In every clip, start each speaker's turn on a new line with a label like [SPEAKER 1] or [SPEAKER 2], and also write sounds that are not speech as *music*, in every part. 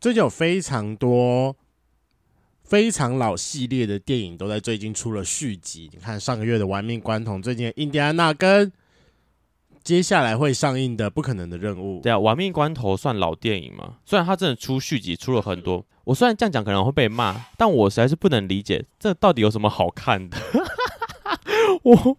[SPEAKER 1] 最近有非常多非常老系列的电影都在最近出了续集。你看上个月的《玩命关头》，最近的《印第安纳》跟接下来会上映的《不可能的任务》。
[SPEAKER 2] 对啊，《玩命关头》算老电影嘛？虽然它真的出续集出了很多，我虽然这样讲可能会被骂，但我实在是不能理解这到底有什么好看的。 *laughs* 我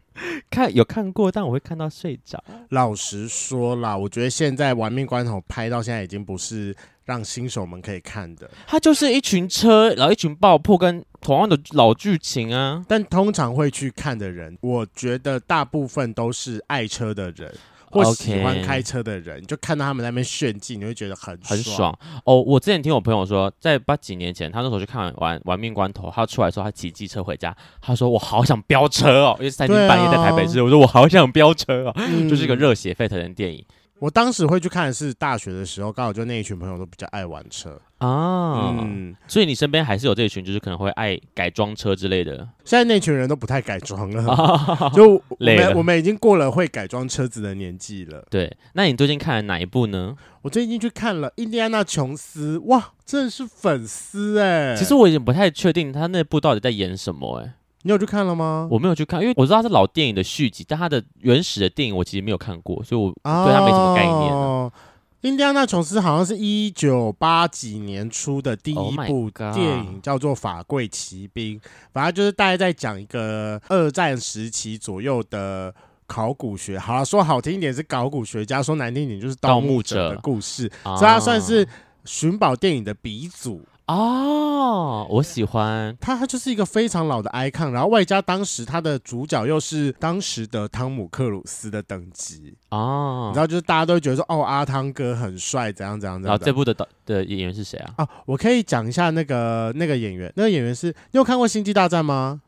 [SPEAKER 2] 看有看过，但我会看到睡着。
[SPEAKER 1] 老实说啦，我觉得现在《玩命关头》拍到现在已经不是让新手们可以看的，
[SPEAKER 2] 它就是一群车，然后一群爆破跟同样的老剧情啊。
[SPEAKER 1] 但通常会去看的人，我觉得大部分都是爱车的人。或
[SPEAKER 2] OK
[SPEAKER 1] 喜欢开车的人就看到他们在那边炫技，你会觉得很
[SPEAKER 2] 很爽哦！我之前听我朋友说，在八几年前，他那时候去看完《玩命关头》，他出来的时候，他骑机车回家，他说：“我好想飙车哦！”因为三更
[SPEAKER 1] 对啊
[SPEAKER 2] 半夜在台北市，我说：“我好想飙车哦！”
[SPEAKER 1] 嗯
[SPEAKER 2] 就是一个热血沸腾的电影
[SPEAKER 1] 我当时会去看的是大学的时候，刚好就那一群朋友都比较爱玩车。
[SPEAKER 2] 啊。
[SPEAKER 1] 嗯，
[SPEAKER 2] 所以你身边还是有这一群，就是可能会爱改装车之类的。
[SPEAKER 1] 现在那群人都不太改装了，就我
[SPEAKER 2] 啊累了
[SPEAKER 1] 们我们已经过了会改装车子的年纪了。
[SPEAKER 2] *laughs* 对，那你最近看了哪一部呢？
[SPEAKER 1] 我最近去看了《印第安纳琼斯》，哇，真的是粉丝哎、
[SPEAKER 2] 其实我已经不太确定他那部到底在演什么、欸，
[SPEAKER 1] 你有去看了吗？
[SPEAKER 2] 我没有去看，因为我知道它是老电影的续集，但它的原始的电影我其实没有看过，所以我对它没什么概念啊。
[SPEAKER 1] 哦印第安纳琼斯好像是一九八几年出的第
[SPEAKER 2] Oh
[SPEAKER 1] 一
[SPEAKER 2] my
[SPEAKER 1] 部
[SPEAKER 2] God
[SPEAKER 1] 电影，叫做《法柜奇兵》，反正就是大概在讲一个二战时期左右的考古学。好了，说好听一点是考古学家，说难听一点就是盗墓
[SPEAKER 2] 盗墓
[SPEAKER 1] 者
[SPEAKER 2] 者
[SPEAKER 1] 的故事，
[SPEAKER 2] 啊
[SPEAKER 1] *laughs* 所以它算是寻宝电影的鼻祖。
[SPEAKER 2] 哦，我喜欢
[SPEAKER 1] 他他就是一个非常老的 icon，然后外加当时他的主角又是当时的汤姆克鲁斯的等级，
[SPEAKER 2] 哦
[SPEAKER 1] 你知。道，就是大家都会觉得说，哦，阿汤哥很帅，怎样怎样怎
[SPEAKER 2] 然后
[SPEAKER 1] 样。
[SPEAKER 2] 啊这
[SPEAKER 1] 怎样
[SPEAKER 2] 部的导的演员是谁啊？
[SPEAKER 1] 啊，我可以讲一下那个那个演员，那个演员是你有看过《星际大战》吗？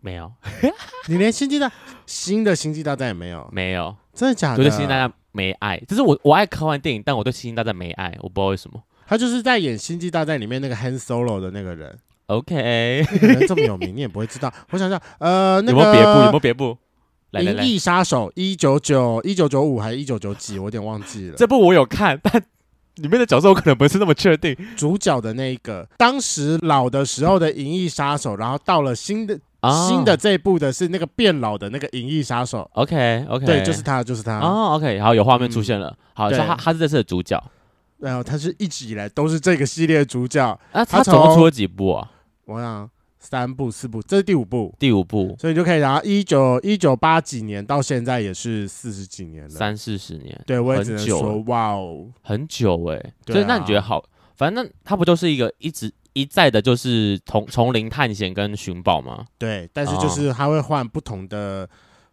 [SPEAKER 2] 没
[SPEAKER 1] *laughs*
[SPEAKER 2] 有，
[SPEAKER 1] 你连《星际大新的《星际大战》也没有，
[SPEAKER 2] 没有，
[SPEAKER 1] 真的假
[SPEAKER 2] 我
[SPEAKER 1] 的？
[SPEAKER 2] 对《星际大战》没爱，就是我我爱科幻电影，但我对《星际大战》没爱，我不知道为什么。
[SPEAKER 1] 他就是在演《星际大战》里面那个 Han Solo 的那个
[SPEAKER 2] *laughs*
[SPEAKER 1] 人，
[SPEAKER 2] OK，
[SPEAKER 1] 那个人这么有名，你也不会知道。我想想，呃，那
[SPEAKER 2] 有
[SPEAKER 1] 个
[SPEAKER 2] 没有别部？有没有别部？来来
[SPEAKER 1] 银
[SPEAKER 2] 来，
[SPEAKER 1] 翼杀手》一九九一九九五还是一九九几，我有点忘记了。
[SPEAKER 2] 这部我有看，但里面的角色我可能不是那么确定
[SPEAKER 1] 主角的那一个，当时老的时候的《银翼杀手》，然后到了新的、
[SPEAKER 2] 啊。
[SPEAKER 1] 新的这一部的是那个变老的那个《银翼杀手》
[SPEAKER 2] OK OK，
[SPEAKER 1] 对，就是他，就是他。
[SPEAKER 2] 哦，OK，好，有画面出
[SPEAKER 1] 嗯
[SPEAKER 2] 现了。好，所以
[SPEAKER 1] 对
[SPEAKER 2] 他他是这次的主角。
[SPEAKER 1] 然后他是一直以来都是这个系列的主角。
[SPEAKER 2] 那
[SPEAKER 1] 他
[SPEAKER 2] 啊他总共
[SPEAKER 1] 从
[SPEAKER 2] 出了几部啊？
[SPEAKER 1] 我想三部、四部，这是第五部，
[SPEAKER 2] 第五部，
[SPEAKER 1] 所以你就可以然后一九一九八几年到现在也是四十几年了。
[SPEAKER 2] 三四十年，
[SPEAKER 1] 对，我也只
[SPEAKER 2] 很
[SPEAKER 1] 能
[SPEAKER 2] 久
[SPEAKER 1] 说
[SPEAKER 2] 了，
[SPEAKER 1] 哇哦，
[SPEAKER 2] 很久哎。
[SPEAKER 1] 对
[SPEAKER 2] 所以那你
[SPEAKER 1] 啊
[SPEAKER 2] 觉得好？反正那他不就是一个一直一再的，就是从从零探险跟寻宝吗？
[SPEAKER 1] 对，但是
[SPEAKER 2] 哦
[SPEAKER 1] 就是他会换不同的。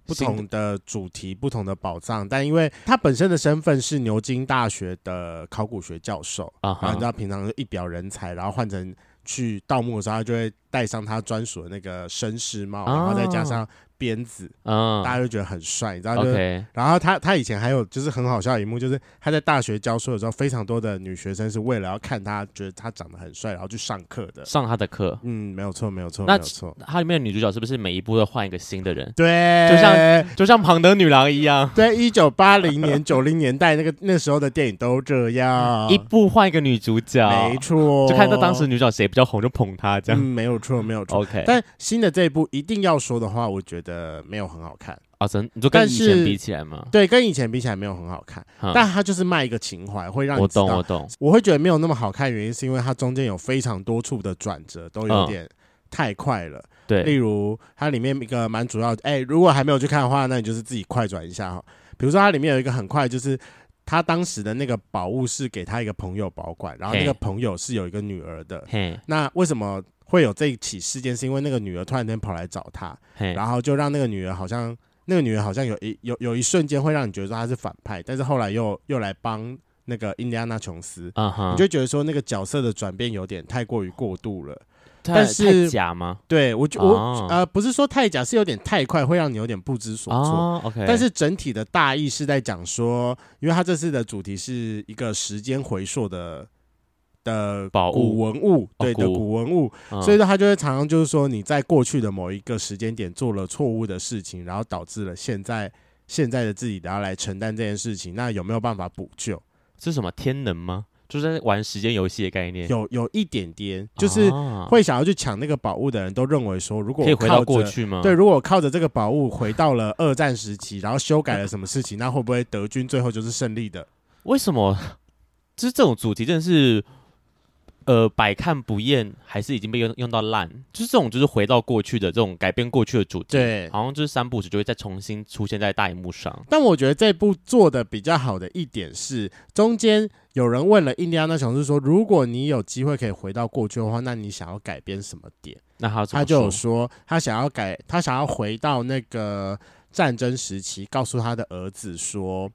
[SPEAKER 1] 不
[SPEAKER 2] 新
[SPEAKER 1] 同的主题、不同的宝藏，但因为他本身的身份是牛津大学的考古学教授，
[SPEAKER 2] 啊
[SPEAKER 1] 然后你知道
[SPEAKER 2] 哈，
[SPEAKER 1] 平常就一表人才，然后换成去盗墓的时候，他就会戴上他专属的那个绅士帽，然后再加上鞭子，大
[SPEAKER 2] 嗯
[SPEAKER 1] 家就觉得很帅，你知道就是。
[SPEAKER 2] 哦，OK，
[SPEAKER 1] 然后他他以前还有就是很好笑的一幕，就是他在大学教书的时候，非常多的女学生是为了要看他，觉得他长得很帅，然后去上课的。
[SPEAKER 2] 上他的课。
[SPEAKER 1] 嗯，没有错，没有错，没
[SPEAKER 2] 那
[SPEAKER 1] 有错。
[SPEAKER 2] 它里面的女主角是不是每一部都换一个新的人，
[SPEAKER 1] 对，
[SPEAKER 2] 就像就像庞德女郎一样，
[SPEAKER 1] 对一九八零年、九零年代那个那时候的电影都这样，
[SPEAKER 2] 嗯一部换一个女主角，
[SPEAKER 1] 啊没错，
[SPEAKER 2] 就看到当时女主角谁比较红就捧她这
[SPEAKER 1] 哦嗯，
[SPEAKER 2] 样。
[SPEAKER 1] 没有错，没有错。
[SPEAKER 2] OK，
[SPEAKER 1] 但新的这一部一定要说的话，我觉得没有很好看。
[SPEAKER 2] 啊，真你就跟
[SPEAKER 1] 但
[SPEAKER 2] 以前
[SPEAKER 1] 是
[SPEAKER 2] 比起来嘛，
[SPEAKER 1] 对，跟以前比起来没有很好看，
[SPEAKER 2] 嗯
[SPEAKER 1] 但它就是卖一个情怀，会让你
[SPEAKER 2] 我
[SPEAKER 1] 知道。
[SPEAKER 2] 懂我懂，
[SPEAKER 1] 我会觉得没有那么好看，原因是因为它中间有非常多处的转折，都有
[SPEAKER 2] 嗯
[SPEAKER 1] 点太快了。例
[SPEAKER 2] 对，
[SPEAKER 1] 如，它里面一个蛮主要的，哎、如果还没有去看的话，那你就是自己快转一下哈。比如说，它里面有一个很快，就是他当时的那个宝物是给他一个朋友保管，然后那个
[SPEAKER 2] 嘿
[SPEAKER 1] 朋友是有一个女儿的。
[SPEAKER 2] 嘿
[SPEAKER 1] 那为什么会有这一起事件？是因为那个女儿突然间跑来找他，
[SPEAKER 2] 嘿，
[SPEAKER 1] 然后就让那个女儿好像那个女儿好像有一有有一瞬间会让你觉得说她是反派，但是后来又又来帮那个印第安纳琼斯，
[SPEAKER 2] 啊哈
[SPEAKER 1] 你就觉得说那个角色的转变有点太过于过度了。
[SPEAKER 2] 太
[SPEAKER 1] 但
[SPEAKER 2] 太
[SPEAKER 1] 是
[SPEAKER 2] 假吗？
[SPEAKER 1] 对我就我
[SPEAKER 2] 哦
[SPEAKER 1] 呃不是说太假，是有点太快，会让你有点不知所措。
[SPEAKER 2] 哦，OK，
[SPEAKER 1] 但是整体的大意是在讲说，因为他这次的主题是一个时间回溯的的
[SPEAKER 2] 宝
[SPEAKER 1] 古
[SPEAKER 2] 物
[SPEAKER 1] 文物，
[SPEAKER 2] 哦
[SPEAKER 1] 对的
[SPEAKER 2] 古
[SPEAKER 1] 古文物，
[SPEAKER 2] 嗯
[SPEAKER 1] 所以说他就会常常就是说你在过去的某一个时间点做了错误的事情，然后导致了现在现在的自己，然后来承担这件事情，那有没有办法补救？
[SPEAKER 2] 是什么天能吗？就是在玩时间游戏的概念，
[SPEAKER 1] 有有一点点，就是
[SPEAKER 2] 啊
[SPEAKER 1] 会想要去抢那个宝物的人都认为说，如果
[SPEAKER 2] 可以
[SPEAKER 1] 我
[SPEAKER 2] 回到
[SPEAKER 1] 靠
[SPEAKER 2] 过
[SPEAKER 1] 着
[SPEAKER 2] 去嗯吗？
[SPEAKER 1] 对，，如果靠着这个宝物回到了二战时期，然后修改了什么事情，那会不会德军最后就是胜利的？
[SPEAKER 2] 为什么？就是这种主题真的是，呃，百看不厌，还是已经被用用到烂。就是这种，就是回到过去的这种改变过去的主题，
[SPEAKER 1] 对。
[SPEAKER 2] 好像就是三部曲就会再重新出现在大荧幕上。
[SPEAKER 1] 但我觉得这部做的比较好的一点是，中间有人问了印第安纳琼斯说，如果你有机会可以回到过去的话，那你想要改变什么点？
[SPEAKER 2] 那他
[SPEAKER 1] 他就有
[SPEAKER 2] 说
[SPEAKER 1] 说，他想要改，他想要回到那个战争时期，告诉他的儿子说，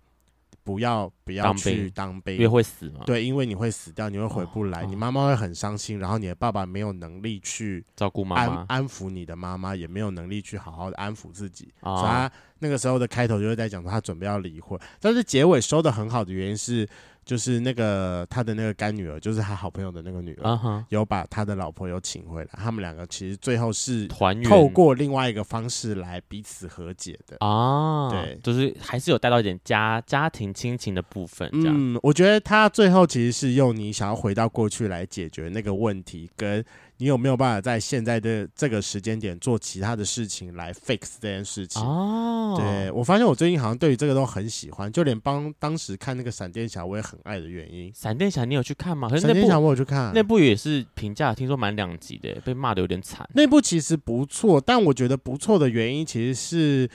[SPEAKER 1] 不要不要
[SPEAKER 2] 当
[SPEAKER 1] 去
[SPEAKER 2] 兵
[SPEAKER 1] 当兵，
[SPEAKER 2] 因为会死嘛，，
[SPEAKER 1] 对，因为你会死掉，你会回不来，
[SPEAKER 2] 哦
[SPEAKER 1] 你妈妈会很伤心，然后你的爸爸没有能力去
[SPEAKER 2] 照顾妈
[SPEAKER 1] 安
[SPEAKER 2] 妈
[SPEAKER 1] 安抚你的妈妈，也没有能力去好好的安抚自己，所以
[SPEAKER 2] 啊，
[SPEAKER 1] 他那个时候的开头就是在讲说他准备要离婚，但是结尾收的很好的原因是，就是那个他的那个干女儿，就是他好朋友的那个女儿，
[SPEAKER 2] 啊哈，
[SPEAKER 1] 有把他的老婆有请回来，他们两个其实最后是
[SPEAKER 2] 团圆
[SPEAKER 1] 透过另外一个方式来彼此和解的。
[SPEAKER 2] 啊，
[SPEAKER 1] 对
[SPEAKER 2] 就是还是有带到一点家家庭亲情的部分，这样、
[SPEAKER 1] 嗯，我觉得他最后其实是用你想要回到过去来解决那个问题，跟你有没有办法在现在的这个时间点做其他的事情来 fix 这件事情。
[SPEAKER 2] 哦，
[SPEAKER 1] 对，我发现我最近好像对于这个都很喜欢，就连帮当时看那个闪电侠我也很爱的原因。
[SPEAKER 2] 闪电侠你有去看吗？可是
[SPEAKER 1] 闪
[SPEAKER 2] 那
[SPEAKER 1] 电侠
[SPEAKER 2] 部
[SPEAKER 1] 我有去看，
[SPEAKER 2] 那部也是评价听说蛮两极的，被骂的有点惨。
[SPEAKER 1] 那部其实不错，但我觉得不错的原因其实是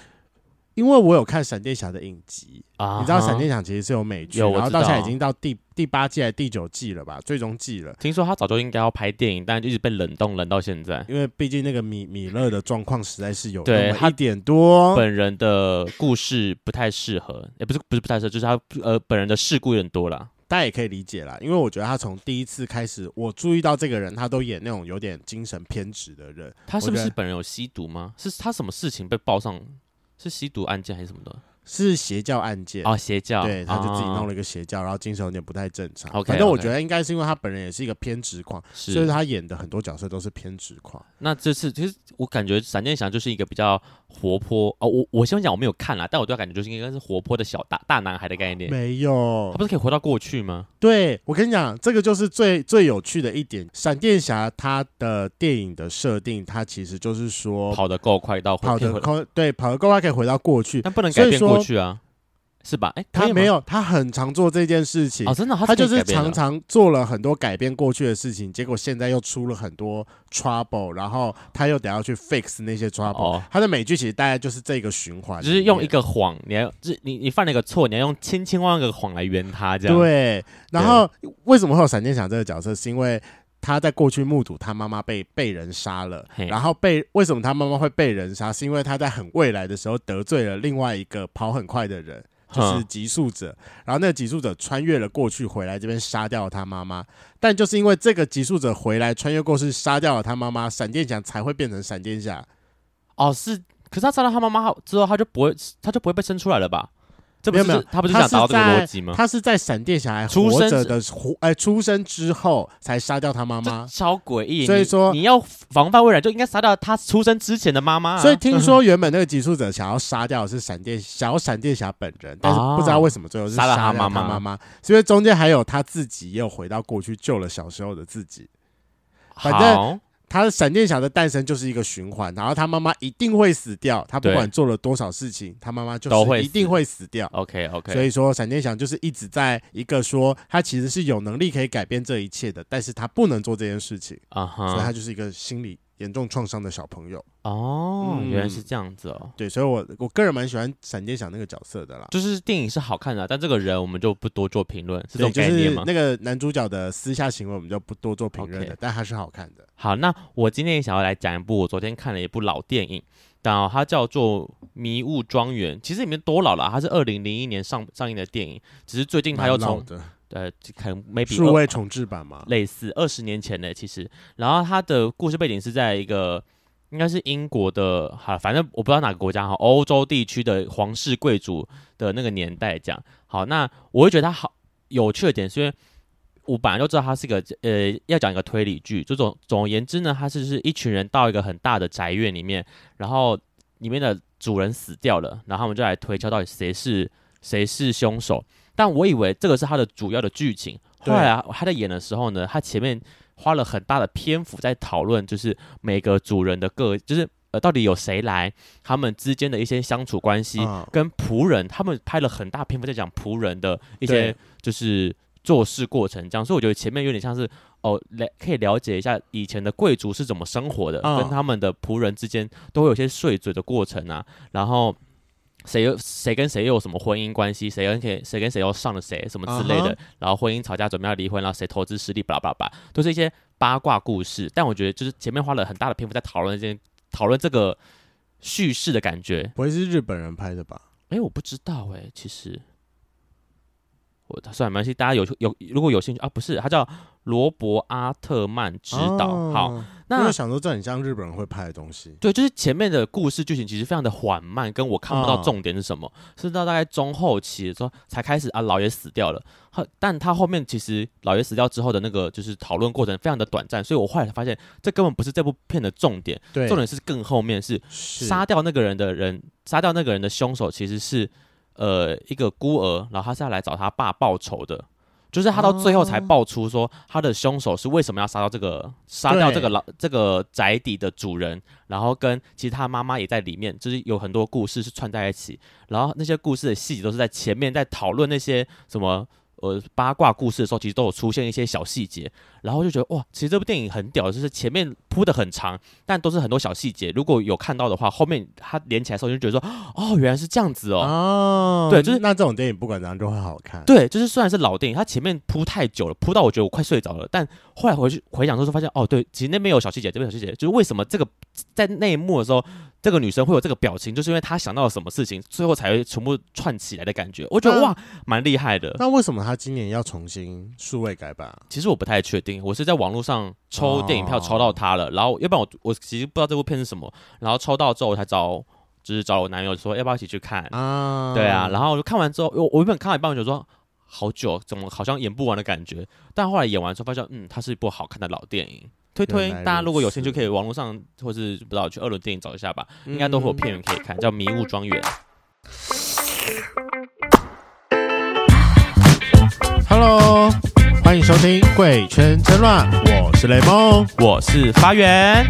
[SPEAKER 1] 因为我有看闪电侠的影集，
[SPEAKER 2] 啊，
[SPEAKER 1] 你知道闪电侠其实是有美剧，
[SPEAKER 2] 有我
[SPEAKER 1] 然后
[SPEAKER 2] 知
[SPEAKER 1] 到现在已
[SPEAKER 2] 道
[SPEAKER 1] 经到第第八季还是第九季了吧，最终季了。
[SPEAKER 2] 听说他早就应该要拍电影，但就一直被冷冻冷到现在。
[SPEAKER 1] 因为毕竟那个米米勒的状况实在是有
[SPEAKER 2] 对
[SPEAKER 1] 那么
[SPEAKER 2] 他
[SPEAKER 1] 一点多，
[SPEAKER 2] 本人的故事不太适合，也、不是不是不太适合，就是他呃本人的事故有点多啦。
[SPEAKER 1] 大家也可以理解啦。因为我觉得他从第一次开始，我注意到这个人，他都演那种有点精神偏执的人，
[SPEAKER 2] 他是
[SPEAKER 1] 我
[SPEAKER 2] 不
[SPEAKER 1] 觉
[SPEAKER 2] 是
[SPEAKER 1] 得
[SPEAKER 2] 本人有吸毒吗？是他什么事情被报上？是吸毒案件还是什么的？
[SPEAKER 1] 是邪教案件。
[SPEAKER 2] 哦，邪教，
[SPEAKER 1] 对，他就自己弄
[SPEAKER 2] 了，
[SPEAKER 1] 了一个邪教，然后精神有点不太正常。
[SPEAKER 2] OK，
[SPEAKER 1] 反正我
[SPEAKER 2] OK
[SPEAKER 1] 觉得应该是因为他本人也是一个偏执狂，所以
[SPEAKER 2] 啊是。
[SPEAKER 1] 他演的很多角色都是偏执狂。
[SPEAKER 2] 那这次其实我感觉闪电侠就是一个比较活泼哦，我我先讲我没有看啦，但我对他感觉就是应该是活泼的小大大男孩的概念。
[SPEAKER 1] 没
[SPEAKER 2] 他
[SPEAKER 1] 有
[SPEAKER 2] 啊不，是可以回到过去吗？
[SPEAKER 1] 对我跟你讲，这个就是最最有趣的一点。闪电侠他的电影的设定，他其实就是说
[SPEAKER 2] 跑得够快到
[SPEAKER 1] 哦跑
[SPEAKER 2] 可以
[SPEAKER 1] 得
[SPEAKER 2] 回
[SPEAKER 1] 快，对，跑得够快可以回到过去。
[SPEAKER 2] 但不能
[SPEAKER 1] 所
[SPEAKER 2] 改
[SPEAKER 1] 以
[SPEAKER 2] 变
[SPEAKER 1] 说
[SPEAKER 2] 过去啊，是吧？哎、可以
[SPEAKER 1] 他
[SPEAKER 2] 吗
[SPEAKER 1] 没有，他很常做这件事情
[SPEAKER 2] 哦，。真的，他
[SPEAKER 1] 他就
[SPEAKER 2] 可以
[SPEAKER 1] 是
[SPEAKER 2] 改变的
[SPEAKER 1] 常常做了很多改变过去的事情，结果现在又出了很多 trouble，然后他又得要去 fix 那些 trouble。
[SPEAKER 2] 哦，
[SPEAKER 1] 他的美剧其实大概就是这个循环里面，
[SPEAKER 2] 就是用一个谎，你要就是你你犯了一个错，你要用千千万万个谎来圆他，这样
[SPEAKER 1] 对。然后为什么会有闪电侠这个角色？是因为他在过去目睹他妈妈被被人杀了，
[SPEAKER 2] 嘿
[SPEAKER 1] 然后被为什么他妈妈会被人杀？是因为他在很未来的时候得罪了另外一个跑很快的人。就是
[SPEAKER 2] 哼
[SPEAKER 1] 极速者，然后那个极速者穿越了过去，回来这边杀掉了他妈妈。但就是因为这个极速者回来穿越过去杀掉了他妈妈，闪电侠才会变成闪电侠。
[SPEAKER 2] 哦是，可是他杀了他妈妈之后，他就不会他就不会被生出来了吧？这不
[SPEAKER 1] 没有
[SPEAKER 2] 是
[SPEAKER 1] 没有
[SPEAKER 2] 他不是
[SPEAKER 1] 他
[SPEAKER 2] 想
[SPEAKER 1] 是
[SPEAKER 2] 达到这个
[SPEAKER 1] 在
[SPEAKER 2] 逻辑吗？
[SPEAKER 1] 他是在闪电侠还
[SPEAKER 2] 嗯出
[SPEAKER 1] 活
[SPEAKER 2] 生
[SPEAKER 1] 着
[SPEAKER 2] 之
[SPEAKER 1] 的活，哎、出生之后才杀掉他妈
[SPEAKER 2] 这
[SPEAKER 1] 妈。
[SPEAKER 2] 超诡异，
[SPEAKER 1] 所以
[SPEAKER 2] 你
[SPEAKER 1] 说
[SPEAKER 2] 你要防范未然，就应该杀掉他出生之前的妈妈啊、
[SPEAKER 1] 所以听说原本那个极速者想要杀掉的是闪电想要闪电侠本人，但是不知道为什么最后是
[SPEAKER 2] 啊杀了
[SPEAKER 1] 掉他
[SPEAKER 2] 他妈妈
[SPEAKER 1] 妈妈，是因为中间还有他自己也有回到过去救了小时候的自己。反正
[SPEAKER 2] 好
[SPEAKER 1] 他的闪电侠的诞生就是一个循环，然后他妈妈一定会死掉，他不
[SPEAKER 2] 对
[SPEAKER 1] 管做了多少事情，他妈妈就
[SPEAKER 2] 都会
[SPEAKER 1] 是
[SPEAKER 2] 死
[SPEAKER 1] 一定会死掉。
[SPEAKER 2] OK
[SPEAKER 1] 所
[SPEAKER 2] OK，
[SPEAKER 1] 以说，闪电侠就是一直在一个说他其实是有能力可以改变这一切的，但是他不能做这件事情，
[SPEAKER 2] 啊
[SPEAKER 1] 所以他
[SPEAKER 2] 哈，
[SPEAKER 1] 就是一个心理严重创伤的小朋友。
[SPEAKER 2] 哦、
[SPEAKER 1] 嗯
[SPEAKER 2] 原来是这样子哦。
[SPEAKER 1] 对，所以我我个人蛮喜欢闪电侠那个角色的啦。
[SPEAKER 2] 就是电影是好看的啊，但这个人我们就不多做评论，是这
[SPEAKER 1] 对，
[SPEAKER 2] 种
[SPEAKER 1] 就
[SPEAKER 2] 概念
[SPEAKER 1] 是
[SPEAKER 2] 吗？
[SPEAKER 1] 那个男主角的私下行为，我们就不多做评论的
[SPEAKER 2] OK
[SPEAKER 1] 但他是好看的。
[SPEAKER 2] 好，那我今天也想要来讲一部我昨天看了一部老电影，然后它叫做《迷雾庄园》，其实里面多老了啊，它是二零零一年上上映的电影，只是最近它又
[SPEAKER 1] 蛮老
[SPEAKER 2] 从
[SPEAKER 1] 的
[SPEAKER 2] 呃，可能 maybe
[SPEAKER 1] 数位
[SPEAKER 2] 二
[SPEAKER 1] 重置版嘛，
[SPEAKER 2] 类似二十年前的其实，然后它的故事背景是在一个。应该是英国的，好，反正我不知道哪个国家哈，欧洲地区的皇室贵族的那个年代这样。好，那我会觉得它好有趣的点，是因为我本来就知道它是一个呃要讲一个推理剧，就总总而言之呢，它是是一群人到一个很大的宅院里面，然后里面的主人死掉了，然后他们就来推敲到底谁是谁是凶手。但我以为这个是它的主要的剧情，
[SPEAKER 1] 对
[SPEAKER 2] 后来啊，他在演的时候呢，他前面花了很大的篇幅在讨论，就是每个主人的个，就是呃，到底有谁来，他们之间的一些相处关系，
[SPEAKER 1] 嗯
[SPEAKER 2] 跟仆人，他们拍了很大篇幅在讲仆人的一
[SPEAKER 1] 对
[SPEAKER 2] 些就是做事过程，这样，所以我觉得前面有点像是哦，了可以了解一下以前的贵族是怎么生活的，
[SPEAKER 1] 嗯
[SPEAKER 2] 跟他们的仆人之间都会有一些碎嘴的过程啊，然后。谁又谁跟谁又有什么婚姻关系？谁跟谁谁跟谁又上了谁什么之类的
[SPEAKER 1] 啊
[SPEAKER 2] 然后婚姻吵架准备要离婚，然后谁投资失利，巴拉巴拉巴拉，都是一些八卦故事。但我觉得就是前面花了很大的篇幅在讨论这件讨论这个叙事的感觉，
[SPEAKER 1] 不会是日本人拍的吧？
[SPEAKER 2] 哎、我不知道哎、其实我算了，没关系，大家有有如果有兴趣啊，不是，他叫罗伯阿特曼执导。
[SPEAKER 1] 哦
[SPEAKER 2] 好，，
[SPEAKER 1] 因为
[SPEAKER 2] 那
[SPEAKER 1] 我想说这很像日本人会拍的东西。
[SPEAKER 2] 对，就是前面的故事剧情其实非常的缓慢，跟我看不
[SPEAKER 1] 嗯
[SPEAKER 2] 到重点是什么，是到大概中后期的时候才开始啊，老爷死掉了。后，但他后面其实老爷死掉之后的那个就是讨论过程非常的短暂，所以我后来才发现这根本不是这部片的重点，
[SPEAKER 1] 对，
[SPEAKER 2] 重点是更后面是
[SPEAKER 1] 是
[SPEAKER 2] 杀掉那个人的人，杀掉那个人的凶手其实是呃一个孤儿，然后他是要来找他爸报仇的，就是他到最后才
[SPEAKER 1] 哦
[SPEAKER 2] 爆出说他的凶手是为什么要杀到这个杀掉这个
[SPEAKER 1] 对
[SPEAKER 2] 老这个宅邸的主人，然后跟其实他妈妈也在里面，就是有很多故事是串在一起，然后那些故事的细节都是在前面在讨论那些什么。呃，八卦故事的时候，其实都有出现一些小细节，然后就觉得哇，其实这部电影很屌，就是前面呃铺的很长，但都是很多小细节。如果有看到的话，后面它连起来的时候，你就觉得说，哦，原来是这样子哦。
[SPEAKER 1] 哦，
[SPEAKER 2] 对就是
[SPEAKER 1] 那这种电影不管怎样都会好看。
[SPEAKER 2] 对，就是虽然是老电影，它前面铺太久了，铺到我觉得我快睡着了。但后来回去回想之后，发现哦，对，其实那边有小细节，这边有小细节，就是为什么这个在那一幕的时候，这个女生会有这个表情，就是因为她想到了什么事情，最后才会全部串起来的感觉。我觉得
[SPEAKER 1] 嗯
[SPEAKER 2] 哇，蛮厉害的。
[SPEAKER 1] 那为什么他今年要重新数位改版？
[SPEAKER 2] 其实我不太确定，我是在网络上抽电影票
[SPEAKER 1] 哦
[SPEAKER 2] 抽到它了，然后要不然我我其实不知道这部片是什么，然后抽到之后我才找就是找我男友说要不要一起去看，
[SPEAKER 1] 啊？
[SPEAKER 2] 对啊，然后我就看完之后，我我原本看到一半我就说好久，怎么好像演不完的感觉，但后来演完之后发现，嗯，它是一部好看的老电影。推推
[SPEAKER 1] 原来，如
[SPEAKER 2] 大家如果有兴趣，
[SPEAKER 1] 此
[SPEAKER 2] 可以网络上或是不知道去二轮电影找一下吧，
[SPEAKER 1] 嗯
[SPEAKER 2] 应该都会有片源可以看，叫《迷雾庄园》。
[SPEAKER 1] Hello，欢迎收听《贵圈争乱》，我是雷梦。
[SPEAKER 2] *laughs* 我是发
[SPEAKER 1] 啊
[SPEAKER 2] 源，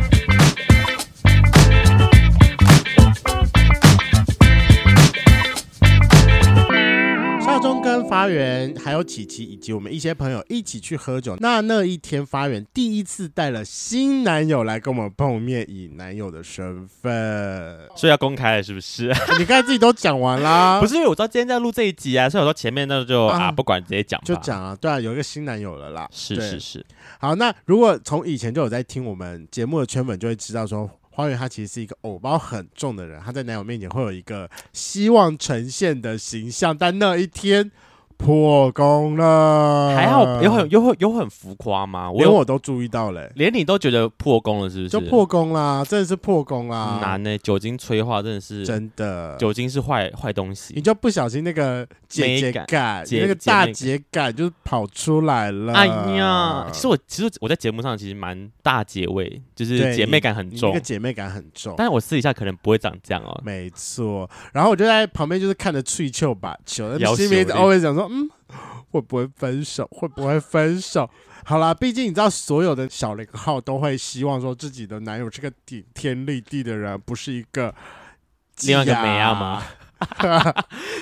[SPEAKER 1] 少中跟发源还有琪琪以及我们一些朋友一起去喝酒。那那一天，发源第一次带了新男友来跟我们碰面，以男友的身 *laughs* 份。
[SPEAKER 2] 所以要公开了是不是？
[SPEAKER 1] 你刚才自己都讲完啦，
[SPEAKER 2] *laughs* 不是因为我知道今天在录这一集啊，所以我说前面那就
[SPEAKER 1] 啊
[SPEAKER 2] 啊，不管直接讲吧，
[SPEAKER 1] 就讲啊，对啊，有一个新男友了啦。
[SPEAKER 2] 是
[SPEAKER 1] 对
[SPEAKER 2] 是是，
[SPEAKER 1] 好，那如果从以前就有在听我们节目的圈粉，就会知道说，花园他其实是一个偶包很重的人，他在男友面前会有一个希望呈现的形象，但那一天破功了，
[SPEAKER 2] 还好有很有很有很浮夸吗？我
[SPEAKER 1] 连
[SPEAKER 2] 有
[SPEAKER 1] 我都注意到嘞、
[SPEAKER 2] 连你都觉得破功了是不是？
[SPEAKER 1] 就破功啦，真的是破功啦
[SPEAKER 2] 很，难呢，酒精催化真的是，
[SPEAKER 1] 真的。
[SPEAKER 2] 酒精是坏坏东
[SPEAKER 1] 你
[SPEAKER 2] 西。
[SPEAKER 1] 就不小心那个姐姐
[SPEAKER 2] 美感
[SPEAKER 1] 感，
[SPEAKER 2] 姐
[SPEAKER 1] 那个
[SPEAKER 2] 姐
[SPEAKER 1] 大
[SPEAKER 2] 妹
[SPEAKER 1] 姐感就跑出来了。
[SPEAKER 2] 哎呀，
[SPEAKER 1] 啊
[SPEAKER 2] 其实我其实我在节目上其实蛮大姐味，就是
[SPEAKER 1] 对
[SPEAKER 2] 姐妹感很
[SPEAKER 1] 你那
[SPEAKER 2] 重
[SPEAKER 1] 个，姐妹感很重。
[SPEAKER 2] 但是我私底下可能不会长这样哦。
[SPEAKER 1] 没错，然后我就在旁边就是看着翠秋把球，
[SPEAKER 2] 要
[SPEAKER 1] 心里面
[SPEAKER 2] 求力
[SPEAKER 1] always 想说，嗯，会不会分手？会不会分手？好啦，毕竟你知道，所有的小零号都会希望说自己的男友是个顶天立地的人，不是一个
[SPEAKER 2] 另外一个
[SPEAKER 1] 鸡
[SPEAKER 2] 美亚
[SPEAKER 1] *laughs*
[SPEAKER 2] 吗？ *laughs*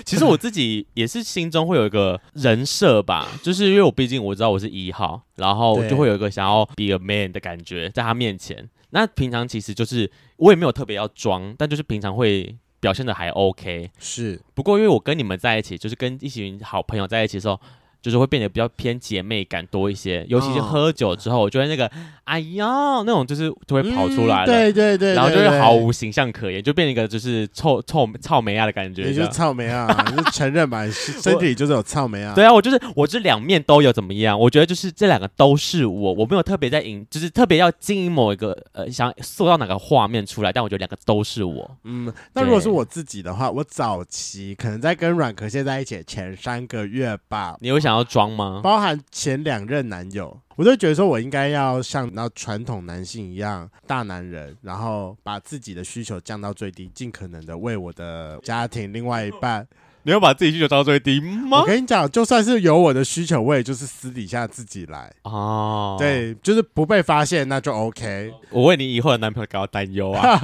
[SPEAKER 2] 其实我自己也是心中会有一个人
[SPEAKER 1] *laughs*
[SPEAKER 2] 设吧，就是因为我毕竟我知道我是一号，然后
[SPEAKER 1] 对
[SPEAKER 2] 就会有一个想要 be a man 的感觉在他面前。那平常其实就是我也没有特别要装，但就是平常会表现的还 OK。
[SPEAKER 1] 是
[SPEAKER 2] 不过因为我跟你们在一起，就是跟一群好朋友在一起的时候。就是会变得比较偏姐妹感多一些，尤其是
[SPEAKER 1] 嗯
[SPEAKER 2] 喝酒之后，我觉得那个哎呀那种就是就会跑出
[SPEAKER 1] 嗯
[SPEAKER 2] 来了，
[SPEAKER 1] 对对对，
[SPEAKER 2] 然后就
[SPEAKER 1] 对
[SPEAKER 2] 会
[SPEAKER 1] 对
[SPEAKER 2] 毫无形象可言，就变成一个就是臭臭臭美亚的感觉。
[SPEAKER 1] 你
[SPEAKER 2] 这
[SPEAKER 1] 就
[SPEAKER 2] 样
[SPEAKER 1] 是草莓啊，
[SPEAKER 2] *laughs*
[SPEAKER 1] 你就承认吧，你是身体里就是有草莓啊。
[SPEAKER 2] 对啊，我就是我这两面都有怎么样？我觉得就是这两个都是我，我没有特别在引，就是特别要经营某一个呃，想塑造哪个画面出来，但我觉得两个都是我。
[SPEAKER 1] 嗯，那如果是我自己的话，我早期可能在跟软壳蟹在一起的前三个月吧，
[SPEAKER 2] 你有想要装吗？
[SPEAKER 1] 包含前两任男友，我都觉得说我应该要像那传统男性一样大男人，然后把自己的需求降到最低，尽可能的为我的家庭另外一半
[SPEAKER 2] *laughs* 你要把自己需求降到最低吗
[SPEAKER 1] 我？跟你讲，就算是有我的需求，我也就是私底下自己来，
[SPEAKER 2] 哦，，
[SPEAKER 1] 对，就是不被发现那就 OK。
[SPEAKER 2] 我为你以后的男朋友感到担忧 *laughs* 啊。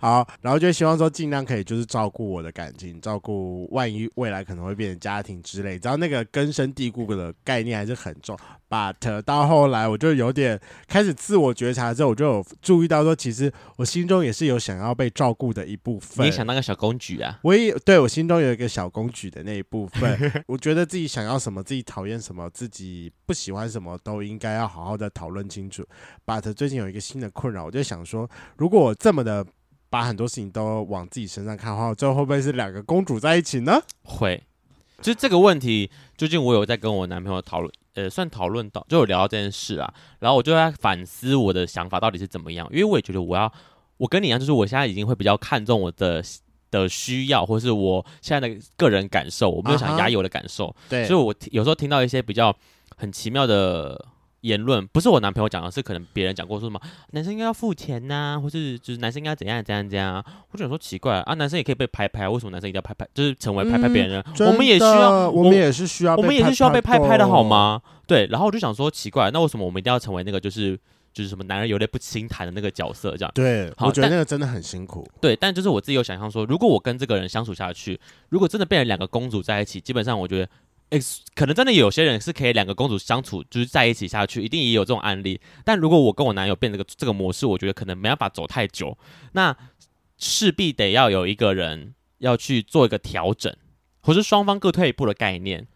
[SPEAKER 1] 好，然后就希望说尽量可以就是照顾我的感情，照顾万一未来可能会变成家庭之类，只要那个根深蒂固的概念还是很重。But 到后来我就有点开始自我觉察之后，我就有注意到说，其实我心中也是有想要被照顾的一部
[SPEAKER 2] 你
[SPEAKER 1] 分
[SPEAKER 2] 也。想当个小公举啊？
[SPEAKER 1] 我也对我心中有一个小公举的那一部分， *laughs* 我觉得自己想要什么，自己讨厌什么，自己不喜欢什么，都应该要好好的讨论清楚。But 最近有一个新的困扰，我就想说，如果我这么的把很多事情都往自己身上看的话，最后会不会是两个公主在一起呢？
[SPEAKER 2] 会，就是这个问题，最近我有在跟我男朋友讨论，呃，算讨论到，就有聊到这件事啊。然后我就在反思我的想法到底是怎么样，因为我也觉得我要，我跟你一样，就是我现在已经会比较看重我的的需要，或是我现在的个人感受，我没有
[SPEAKER 1] 啊
[SPEAKER 2] 想
[SPEAKER 1] 哈
[SPEAKER 2] 压抑我的感受。
[SPEAKER 1] 对
[SPEAKER 2] 所以我听有时候听到一些比较很奇妙的言论，不是我男朋友讲的，是可能别人讲过说什么啊男生应该要付钱呐、或是就是男生应该怎样怎样怎样、啊。我就想说奇怪啊，男生也可以被拍拍，为什么男生一定要拍拍？就是成为拍拍别人的人、我们也需
[SPEAKER 1] 真的
[SPEAKER 2] 要，
[SPEAKER 1] 我
[SPEAKER 2] 嗯啊我
[SPEAKER 1] 们也是需要，
[SPEAKER 2] 我们也是需要被拍啊拍的好？吗？对，然后我就想说奇怪，那为什么我们一定要成为那个就是就是什么男人有泪不轻弹的那个角色这样？
[SPEAKER 1] 对，
[SPEAKER 2] 好
[SPEAKER 1] 我觉得
[SPEAKER 2] 但
[SPEAKER 1] 那个真的很辛苦。
[SPEAKER 2] 对，但就是我自己有想象说，如果我跟这个人相处下去，如果真的变成两个公主在一起，基本上我觉得。诶，可能真的有些人是可以两个公主相处，就是在一起下去，一定也有这种案例。但如果我跟我男友变这个这个模式，我觉得可能没办法走太久，那势必得要有一个人要去做一个调整，或是双方各退一步的概念，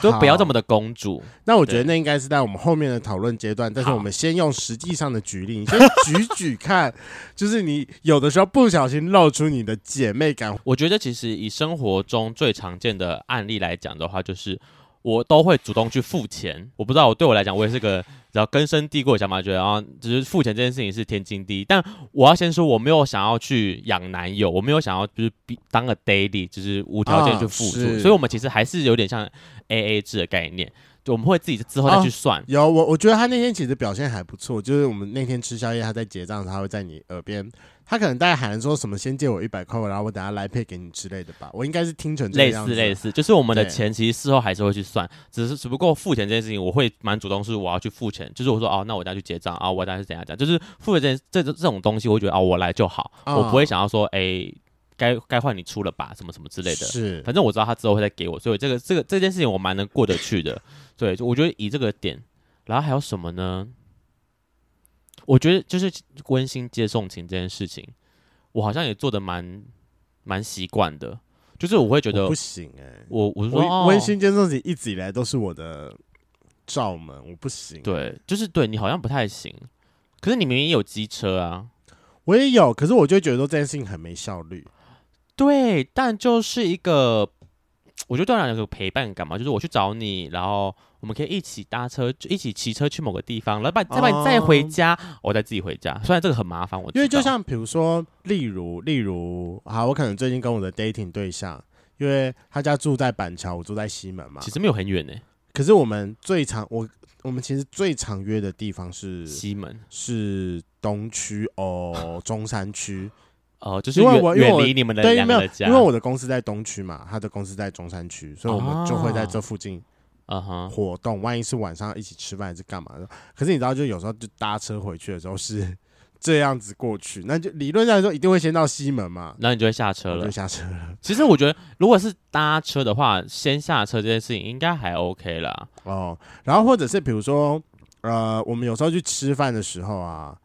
[SPEAKER 2] 都不要这
[SPEAKER 1] 好
[SPEAKER 2] 么的公主。
[SPEAKER 1] 那我觉
[SPEAKER 2] 对
[SPEAKER 1] 得那应该是在我们后面的讨论阶段，但是
[SPEAKER 2] 好
[SPEAKER 1] 我们先用实际上的举例，你先举举看， *laughs* 就是你有的时候不小心露出你的姐妹感，
[SPEAKER 2] 我觉得其实以生活中最常见的案例来讲的话，就是我都会主动去付钱。我不知道，我对我来讲，我也是个只要根深蒂固的想法，觉得啊，只是付钱这件事情是天经地义。但我要先说，我没有想要去养男友，我没有想要就是比当个 daily，就是无条件去付出。
[SPEAKER 1] 啊是
[SPEAKER 2] 所以，我们其实还是有点像 A A 制的概念，就我们会自己之后再去算。
[SPEAKER 1] 有我，我觉得他那天其实表现还不错，就是我们那天吃宵夜，他在结账的时候，他会在你耳边，他可能大概喊说什么“先借我一百块，然后我等下来配给你”之类的吧。我应该是听成这个
[SPEAKER 2] 类
[SPEAKER 1] 样子
[SPEAKER 2] 似类似，就是我们的
[SPEAKER 1] 对
[SPEAKER 2] 钱其实事后还是会去算，只是只不过付钱这件事情，我会蛮主动，是我要去付钱，就是我说哦，那我等下去结账啊，我等下是怎样讲，就是付钱这件这这这种东西，我会觉得哦，我来就好，
[SPEAKER 1] 啊
[SPEAKER 2] 我不会想要说哎，该该换你出了吧，什么什么之类的。
[SPEAKER 1] 是
[SPEAKER 2] 反正我知道他之后会再给我，所以这个这个这件事情我蛮能过得去的。对，就我觉得以这个点，然后还有什么呢？我觉得就是温馨接送情这件事情，我好像也做的蛮蛮习惯的，就是我会觉得
[SPEAKER 1] 我不行哎、
[SPEAKER 2] 我我是说
[SPEAKER 1] 我
[SPEAKER 2] 哦
[SPEAKER 1] 温馨监送席一直以来都是我的罩门，我不行。欸
[SPEAKER 2] 对，就是对你好像不太行，可是你明明也有机车啊，
[SPEAKER 1] 我也有，可是我就会觉得说这件事情很没效率。
[SPEAKER 2] 对，但就是一个，我觉得对我来讲有个陪伴感嘛，就是我去找你，然后我们可以一起搭车，就一起骑车去某个地方，然后把再把你载回
[SPEAKER 1] 哦
[SPEAKER 2] 家，我再自己回家。虽然这个很麻烦，我
[SPEAKER 1] 因为
[SPEAKER 2] 知
[SPEAKER 1] 就
[SPEAKER 2] 道
[SPEAKER 1] 像比如说，例如，例如，好，我可能最近跟我的 dating 对象，因为他家住在板桥，我住在西门嘛
[SPEAKER 2] 其，实没有很远呢、
[SPEAKER 1] 可是我们最常我我们其实最常约的地方是
[SPEAKER 2] 西门，
[SPEAKER 1] 是东区
[SPEAKER 2] *laughs*
[SPEAKER 1] 哦，中山区，
[SPEAKER 2] 哦、就是
[SPEAKER 1] 因为
[SPEAKER 2] 远
[SPEAKER 1] 我因为
[SPEAKER 2] 远
[SPEAKER 1] 我
[SPEAKER 2] 离你们的
[SPEAKER 1] 对，
[SPEAKER 2] 两
[SPEAKER 1] 没
[SPEAKER 2] 个
[SPEAKER 1] 有
[SPEAKER 2] 的，家，
[SPEAKER 1] 因为我的公司在东区嘛，他的公司在中山区，所以我们就会在
[SPEAKER 2] 啊
[SPEAKER 1] 这附近
[SPEAKER 2] 嗯哼，
[SPEAKER 1] 活动，万一是晚上一起吃饭还是干嘛的？可是你知道，就有时候就搭车回去的时候是这样子过去，那就理论上来说一定会先到西门嘛，
[SPEAKER 2] 然后你就会下车
[SPEAKER 1] 我
[SPEAKER 2] 了
[SPEAKER 1] 就。下车了。
[SPEAKER 2] 其实我觉得，如果是搭车的话，先下车这件事情应该还 OK 啦。
[SPEAKER 1] 哦，然后或者是比如说，呃，我们有时候去吃饭的时候啊，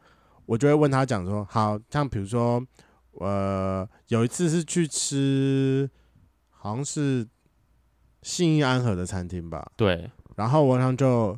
[SPEAKER 1] 我就会问他讲说，好像比如说，呃，有一次是去吃，好像是信义安和的餐厅吧，
[SPEAKER 2] 对，
[SPEAKER 1] 然后我晚上就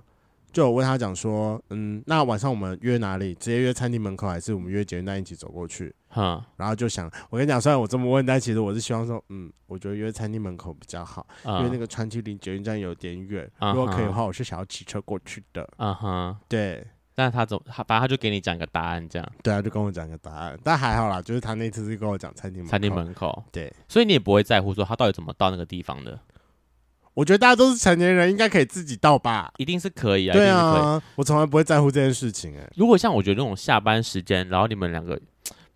[SPEAKER 1] 就有问他讲说，嗯，那晚上我们约哪里？直接约餐厅门口，还是我们约捷运站一起走过去？
[SPEAKER 2] 哼，
[SPEAKER 1] 然后就想，我跟你讲，虽然我这么问，但其实我是希望说，嗯，我觉得约餐厅门口比较好，因为那
[SPEAKER 2] 嗯
[SPEAKER 1] 个川区离捷运站有点远，
[SPEAKER 2] 啊哈
[SPEAKER 1] 如果可以的话，我是想要骑车过去的。
[SPEAKER 2] 嗯哼，
[SPEAKER 1] 对，
[SPEAKER 2] 但他总他反正他就给你讲个答案，这样
[SPEAKER 1] 对啊，就跟我讲个答案，但还好啦，就是他那次是跟我讲餐厅门口
[SPEAKER 2] 餐厅，门口，
[SPEAKER 1] 对，
[SPEAKER 2] 所以你也不会在乎说他到底怎么到那个地方的，
[SPEAKER 1] 我觉得大家都是成年人，应该可以自己到吧？
[SPEAKER 2] 一定是可以啊，
[SPEAKER 1] 对
[SPEAKER 2] 一定是可以。
[SPEAKER 1] 啊，我从来不会在乎这件事情、哎，
[SPEAKER 2] 如果像我觉得那种下班时间，然后你们两个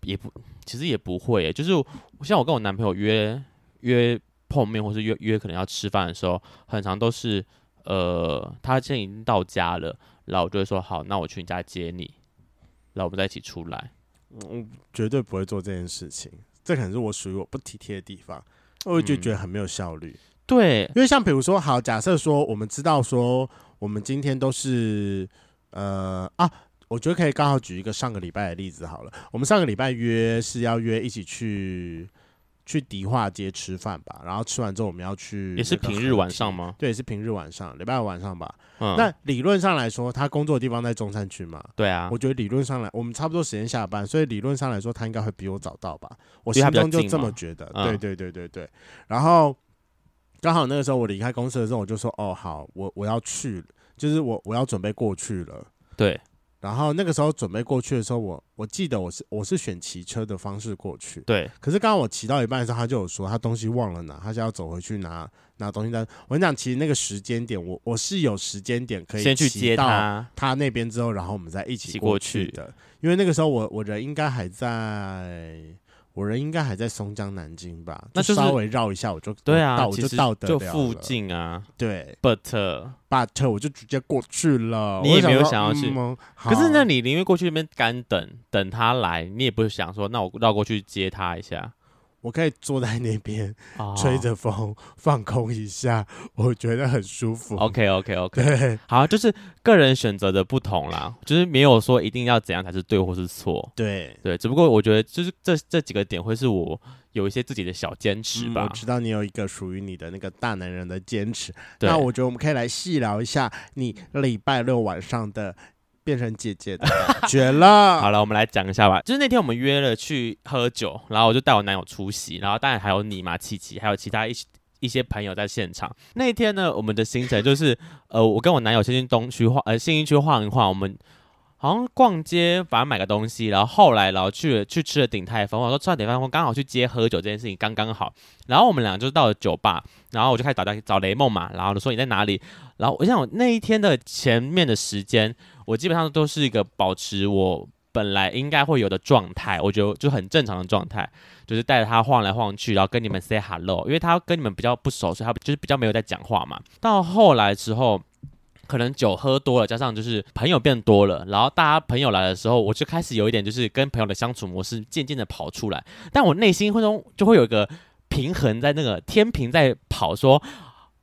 [SPEAKER 2] 也不，其实也不会耶、就是我像我跟我男朋友约约碰面或是约约可能要吃饭的时候，很常都是呃他现在已经到家了，然后我就会说好，那我去你家接你，然后我们再一起出来。
[SPEAKER 1] 绝对不会做这件事情。这可能是我属于我不体贴的地方，我就
[SPEAKER 2] 嗯
[SPEAKER 1] 觉得很没有效率。
[SPEAKER 2] 对，
[SPEAKER 1] 因为像比如说，好，假设说我们知道说我们今天都是呃啊，我觉得可以刚好举一个上个礼拜的例子好了。我们上个礼拜约是要约一起去去迪化街吃饭吧，然后吃完之后我们要去
[SPEAKER 2] 也是
[SPEAKER 1] 那个
[SPEAKER 2] 平
[SPEAKER 1] 河
[SPEAKER 2] 日晚
[SPEAKER 1] 堤
[SPEAKER 2] 上？吗？
[SPEAKER 1] 对，是平日晚上，礼拜五晚上吧。
[SPEAKER 2] 嗯，
[SPEAKER 1] 那理论上来说，他工作的地方在中山区嘛，
[SPEAKER 2] 对啊
[SPEAKER 1] 我，觉得理论上来，我们差不多时间下班，所以理论上来说，他应该会比我早到吧？我
[SPEAKER 2] 因
[SPEAKER 1] 心
[SPEAKER 2] 为他
[SPEAKER 1] 中
[SPEAKER 2] 比较
[SPEAKER 1] 就
[SPEAKER 2] 近
[SPEAKER 1] 这么
[SPEAKER 2] 嘛
[SPEAKER 1] 觉得。
[SPEAKER 2] 嗯
[SPEAKER 1] 对对对对对。然后刚好那个时候我离开公司的时候，我就说：“哦，好，我我要去，就是我我要准备过去了。
[SPEAKER 2] 对，”
[SPEAKER 1] 然后那个时候准备过去的时候，我我记得我是我是选骑车的方式过去，
[SPEAKER 2] 对，
[SPEAKER 1] 可是刚刚我骑到一半的时候，他就有说他东西忘了拿，他就要走回去拿拿东西。但我跟你讲，其实那个时间点，我我是有时间点可以
[SPEAKER 2] 先去
[SPEAKER 1] 骑
[SPEAKER 2] 接
[SPEAKER 1] 到
[SPEAKER 2] 他，
[SPEAKER 1] 他那边之后，然后我们再一起
[SPEAKER 2] 一起
[SPEAKER 1] 过
[SPEAKER 2] 过
[SPEAKER 1] 去
[SPEAKER 2] 去
[SPEAKER 1] 的。因为那个时候我我人应该还在，我人应该还在松江南京吧，
[SPEAKER 2] 那就是
[SPEAKER 1] 稍微绕一下我就
[SPEAKER 2] 对
[SPEAKER 1] 我
[SPEAKER 2] 啊，
[SPEAKER 1] 到我
[SPEAKER 2] 其
[SPEAKER 1] 就
[SPEAKER 2] 实
[SPEAKER 1] 到得
[SPEAKER 2] 就
[SPEAKER 1] 了
[SPEAKER 2] 附
[SPEAKER 1] 了
[SPEAKER 2] 近啊
[SPEAKER 1] 对
[SPEAKER 2] ，but。
[SPEAKER 1] ，but 我就直接过去了。
[SPEAKER 2] 你也
[SPEAKER 1] 我
[SPEAKER 2] 没有
[SPEAKER 1] 说
[SPEAKER 2] 想要去
[SPEAKER 1] 嗯哦
[SPEAKER 2] 可是那
[SPEAKER 1] 好
[SPEAKER 2] 你宁愿过去那边干等，等他来，你也不是想说，那我绕过去接他一下，
[SPEAKER 1] 我可以坐在那边
[SPEAKER 2] 哦
[SPEAKER 1] 吹着风放空一下，我觉得很舒服。
[SPEAKER 2] OK OK OK，
[SPEAKER 1] 对
[SPEAKER 2] 哦好，就是个人选择的不同啦，就是没有说一定要怎样才是对或是错，
[SPEAKER 1] 对，
[SPEAKER 2] 对。只不过我觉得就是这这几个点会是我有一些自己的小坚持
[SPEAKER 1] 嗯
[SPEAKER 2] 吧
[SPEAKER 1] 我。知道你有一个属于你的那个大男人的坚持，
[SPEAKER 2] 对，
[SPEAKER 1] 那我觉得我们可以来细聊一下你礼拜六晚上的变成姐姐的
[SPEAKER 2] *laughs*
[SPEAKER 1] 感觉
[SPEAKER 2] 好
[SPEAKER 1] 了。
[SPEAKER 2] 了，我们来讲一下吧。就是那天我们约了去喝酒，然后我就带我男友出席，然后当然还有你嘛、琪琪，还有其他一些一些朋友在现场。那一天呢，我们的行程就是，呃，我跟我男友先去东区晃，呃，信义区晃一晃，我们。好像逛街，反正买个东西，然后后来，然后去了去吃了鼎泰丰，我说吃完鼎泰丰刚好去接喝酒这件事情刚刚好，然后我们俩就到了酒吧，然后我就开始打电找雷梦嘛，然后说你在哪里，然后我想我那一天的前面的时间，我基本上都是一个保持我本来应该会有的状态，我觉得就很正常的状态，就是带着他晃来晃去，然后跟你们 say hello，因为他跟你们比较不熟，所以他就是比较没有在讲话嘛。到后来之后。可能酒喝多了，加上就是朋友变多了，然后大家朋友来的时候，我就开始有一点就是跟朋友的相处模式渐渐的跑出来，但我内心会中就会有一个平衡在那个天平在跑说，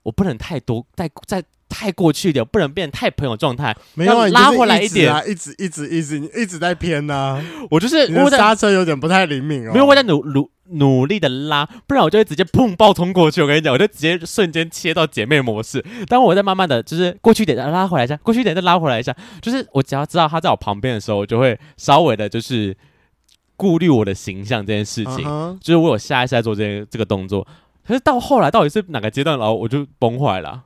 [SPEAKER 2] 我不能太多，再再太过去一点，不能变太朋友状态，
[SPEAKER 1] 没有啊，
[SPEAKER 2] 要
[SPEAKER 1] 你就是
[SPEAKER 2] 拉回来
[SPEAKER 1] 一
[SPEAKER 2] 一
[SPEAKER 1] 直
[SPEAKER 2] 点
[SPEAKER 1] 啊，一直一直一直你一直在偏
[SPEAKER 2] *laughs*
[SPEAKER 1] 呢、
[SPEAKER 2] 我就是
[SPEAKER 1] 你
[SPEAKER 2] 我
[SPEAKER 1] 的
[SPEAKER 2] 在
[SPEAKER 1] 刹车有点不太灵敏哦。
[SPEAKER 2] 没有，我在努努努力的拉，不然我就会直接砰爆冲过去。我跟你讲，我就直接瞬间切到姐妹模
[SPEAKER 1] *laughs*
[SPEAKER 2] 式。当我在慢慢的就是过去一点，再拉回来一下，过去一点再拉回来一下，就是我只要知道他在我旁边的时候，我就会稍微的就是顾虑我的形象这件事情。
[SPEAKER 1] 嗯哼
[SPEAKER 2] 就是我有下意识在做这个这个动作，可是到后来到底是哪个阶段，然后我就崩坏了啊。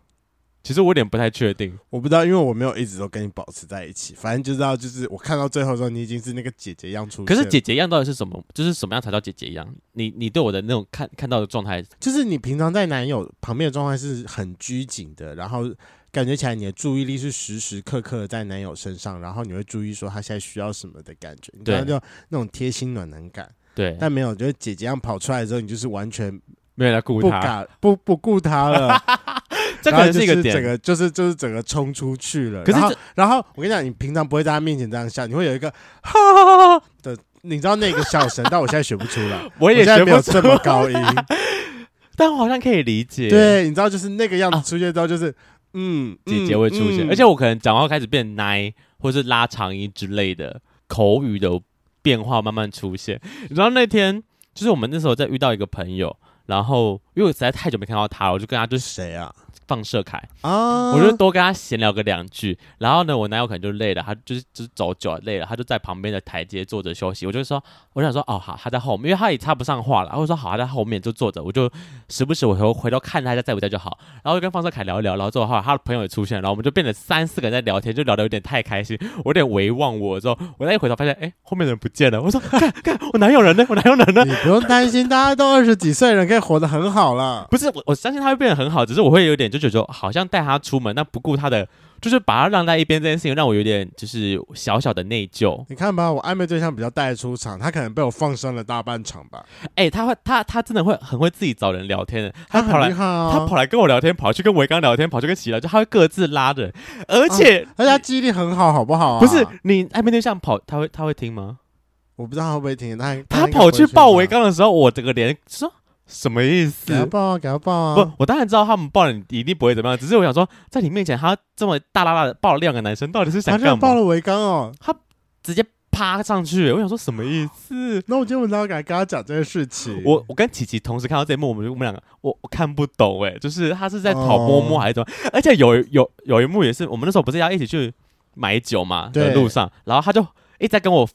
[SPEAKER 2] 其实我有点不太确定，
[SPEAKER 1] 我不知道，因为我没有一直都跟你保持在一起。反正就知道，就是我看到最后的时候，你已经是那个姐姐一样出现。
[SPEAKER 2] 可是姐，姐样到底是什么？就是什么样才叫姐姐样？你你对我的那种看看到的状态，
[SPEAKER 1] 就是你平常在男友旁边的状态是很拘谨的，然后感觉起来你的注意力是时时刻刻地在男友身上，然后你会注意说他现在需要什么的感觉，你知道
[SPEAKER 2] 对
[SPEAKER 1] 就那种贴心暖男感。
[SPEAKER 2] 对，
[SPEAKER 1] 但没有，就是姐姐这样跑出来之后，你就是完全
[SPEAKER 2] 没有来顾
[SPEAKER 1] 不
[SPEAKER 2] 他，
[SPEAKER 1] 敢不不顾她了，
[SPEAKER 2] *laughs* 这可
[SPEAKER 1] 然后
[SPEAKER 2] 能
[SPEAKER 1] 就是
[SPEAKER 2] 一个
[SPEAKER 1] 整
[SPEAKER 2] 点。
[SPEAKER 1] 个就是就是整个冲出去了。
[SPEAKER 2] 可是
[SPEAKER 1] 然后
[SPEAKER 2] 这
[SPEAKER 1] 然后我跟你讲，你平常不会在她面前这样笑，你会有一个哈哈哈的，你知道那个笑声，但我现在学不出来，
[SPEAKER 2] *laughs* 我
[SPEAKER 1] 我
[SPEAKER 2] 也
[SPEAKER 1] 现在
[SPEAKER 2] 学
[SPEAKER 1] 没
[SPEAKER 2] 不
[SPEAKER 1] 有
[SPEAKER 2] 出
[SPEAKER 1] 这，么高音。
[SPEAKER 2] 但我好像可以理解。，
[SPEAKER 1] 对，你知道就是那个样子出现之后，就是嗯，
[SPEAKER 2] 啊姐姐会出现，
[SPEAKER 1] 嗯
[SPEAKER 2] 而且我可能讲话开始变奶，或是拉长音之类的口语的变化慢慢出现。你知道那天就是我们那时候在遇到一个朋友，然后因为我实在太久没看到他了，我就跟他就是
[SPEAKER 1] 谁啊
[SPEAKER 2] 放射开，
[SPEAKER 1] 啊，
[SPEAKER 2] 我就多跟他闲聊个两句。然后呢，我男友可能就累了，他就是就是走久了累了，他就在旁边的台阶坐着休息。我就说，我想说，哦好，他在后面，因为他也插不上话了。我说好，他在后面就坐着，我就时不时我头回头看他一下在不在就好。然后就跟方少凯聊一聊，然后之后后来他的朋友也出现，然后我们就变成三四个人在聊天，就聊得有点太开心，我有点唯忘我之后，我再一回头发现，哎，后面的人不见了。我说， *laughs* 看看我男友人呢？我男友人呢？
[SPEAKER 1] 你不用担心，大家都二十几岁人，可以活得很好了。
[SPEAKER 2] 不是我，我相信他会变得很好，只是我会有点就觉得说好像带他出门，那不顾他的，就是把他晾在一边这件事情，让我有点就是小小的内疚。
[SPEAKER 1] 你看吧，我暧昧对象比较带得出场，他可能被我放生了大半场吧。
[SPEAKER 2] 哎、他会他他真的会很会自己找人聊天的，他跑
[SPEAKER 1] 很
[SPEAKER 2] 来
[SPEAKER 1] 厉害啊，
[SPEAKER 2] 他跑来跟我聊天，跑去跟维刚聊天，跑去跟齐聊，就他会各自拉人，而且、
[SPEAKER 1] 啊而且他记忆力很好，好不好、啊？
[SPEAKER 2] 不是你暧昧对象跑，他会他会听吗？
[SPEAKER 1] 我不知道他会不会听，他
[SPEAKER 2] 他跑去抱维
[SPEAKER 1] 围
[SPEAKER 2] 刚的时候，我整个脸说什么意
[SPEAKER 1] 给他
[SPEAKER 2] 思？
[SPEAKER 1] 抱啊，给他抱啊
[SPEAKER 2] 不，！我当然知道他们抱你一定不会怎么样，只是我想说，在你面前他这么大拉拉的抱了两个男生，到底是
[SPEAKER 1] 他
[SPEAKER 2] 想
[SPEAKER 1] 居然
[SPEAKER 2] 干
[SPEAKER 1] 抱
[SPEAKER 2] 嘛？
[SPEAKER 1] 了维刚哦。
[SPEAKER 2] 直接趴上去，我想说什么意思？
[SPEAKER 1] 那我今天晚上要给他跟他讲这件事情。
[SPEAKER 2] 我我跟琪琪同时看到这一幕，我们我们两个我我看不懂哎、就是他是在讨摸摸
[SPEAKER 1] 哦
[SPEAKER 2] 还是怎么？而且有有有一幕也是，我们那时候不是要一起去买酒嘛
[SPEAKER 1] 对
[SPEAKER 2] 的路上，然后他就一直在跟我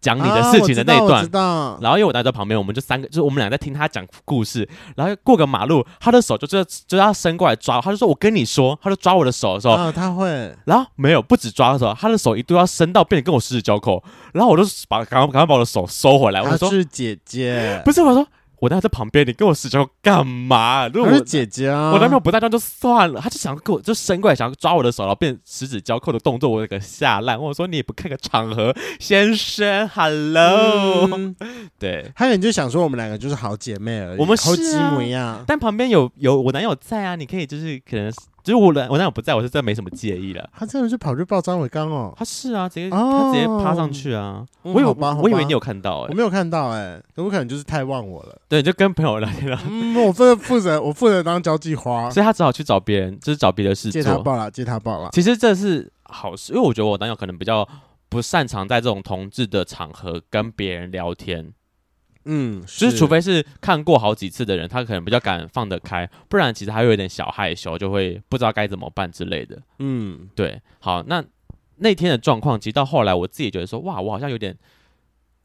[SPEAKER 2] 讲你的
[SPEAKER 1] 啊
[SPEAKER 2] 事情的那一
[SPEAKER 1] 我
[SPEAKER 2] 段
[SPEAKER 1] 知，道，我知道
[SPEAKER 2] 然后因为我待在旁边，我们就三个，就是我们俩在听他讲故事。然后过个马路，他的手就是就要伸过来抓我，他就说：“我跟你说。”他就抓我的手的时候，
[SPEAKER 1] 啊，他会，
[SPEAKER 2] 然后没有，不止抓手，他的手一度要伸到变得跟我十指交扣。然后我就把赶快赶快把我的手收回来，我
[SPEAKER 1] 他呃
[SPEAKER 2] 就说
[SPEAKER 1] 是姐姐：“，
[SPEAKER 2] 不是，我说我待在旁边，你跟我十指交扣干嘛？如
[SPEAKER 1] 他
[SPEAKER 2] 果我
[SPEAKER 1] 是姐姐啊！
[SPEAKER 2] 我男朋友不在，那就算了。”他就想跟我就伸过来，想要抓我的手，然后变十指交扣的动作，我给吓烂。我说：“你也不看个场合，先生，hello。
[SPEAKER 1] 嗯
[SPEAKER 2] 对。
[SPEAKER 1] 还有你就想说我们两个就是好姐妹而已，
[SPEAKER 2] 哦我们是啊
[SPEAKER 1] 好基母一样。
[SPEAKER 2] 但旁边有有我男友在啊，你可以就是可能就是我男我男友不在，我是真的没什么介意了。
[SPEAKER 1] 他真的就跑去抱张伟刚哦，
[SPEAKER 2] 他是啊，直接、
[SPEAKER 1] 哦
[SPEAKER 2] 他直接趴上去啊，
[SPEAKER 1] 嗯
[SPEAKER 2] 我以为
[SPEAKER 1] 好吧好吧
[SPEAKER 2] 我以为你有看到哎、
[SPEAKER 1] 我没有看到哎，我可能就是太忘我了。
[SPEAKER 2] 对，就跟朋友聊天了，
[SPEAKER 1] 嗯，我负责负责我负责当交际花，
[SPEAKER 2] 所以他只好去找别人，就是找别的事
[SPEAKER 1] 借他
[SPEAKER 2] 做。
[SPEAKER 1] 抱啦，借他抱啦。嗯
[SPEAKER 2] 其实这是好事，因为我觉得我男友可能比较不擅长在这种同志的场合跟别人聊天，
[SPEAKER 1] 嗯，
[SPEAKER 2] 就是除非是看过好几次的人，他可能比较敢放得开，不然其实还会有点小害羞，就会不知道该怎么办之类的。
[SPEAKER 1] 嗯，
[SPEAKER 2] 对，好，那那天的状况，其实到后来我自己觉得说，哇，我好像有点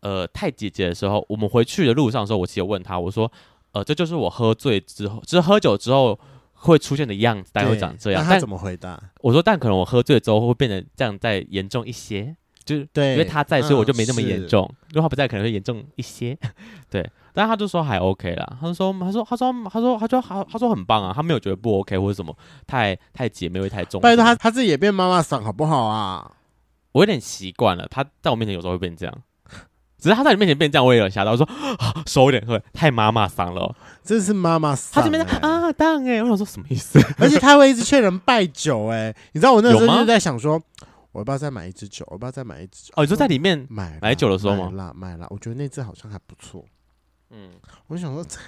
[SPEAKER 2] 呃太姐姐的时候，我们回去的路上的时候，我其实有问他，我说，呃，这就是我喝醉之后，就是喝酒之后会出现的样子，大概会
[SPEAKER 1] 对
[SPEAKER 2] 长这样。
[SPEAKER 1] 那他
[SPEAKER 2] 但
[SPEAKER 1] 怎么回答？
[SPEAKER 2] 我说，但可能我喝醉之后会变得这样再严重一些，就是
[SPEAKER 1] 对，
[SPEAKER 2] 因为他在，所以我就没那么
[SPEAKER 1] 嗯
[SPEAKER 2] 严。重。如果他不在，可能会严重一些。对，但他就说还 OK 啦。他就说，他说，他说，他说，他说，他他说很棒啊，他没有觉得不 OK 或者什么，太太姐妹味太重
[SPEAKER 1] 是
[SPEAKER 2] 什么
[SPEAKER 1] 拜
[SPEAKER 2] 的。
[SPEAKER 1] 托他，他自己也变妈妈嗓好不好啊？
[SPEAKER 2] 我有点习惯了，他在我面前有时候会变这样，只是他在你面前变这样，我也有吓到，我说、啊、收敛，会太妈妈桑了哦。
[SPEAKER 1] 真是妈妈嗓、
[SPEAKER 2] 他这边在
[SPEAKER 1] 欸
[SPEAKER 2] 啊当哎、我想说什么
[SPEAKER 1] *laughs*
[SPEAKER 2] 意思？ *laughs*
[SPEAKER 1] 而且他会一直劝人拜酒、哎，你知道我那时候
[SPEAKER 2] 有吗
[SPEAKER 1] 就是在想说，我要不要再买一支酒？我要不要再买一支酒？
[SPEAKER 2] 哦，你说在里面，
[SPEAKER 1] 买啦
[SPEAKER 2] 买酒的时候
[SPEAKER 1] 买
[SPEAKER 2] 吗
[SPEAKER 1] 啦买啦，我觉得那支好像还不错。
[SPEAKER 2] 嗯，
[SPEAKER 1] 我想说，这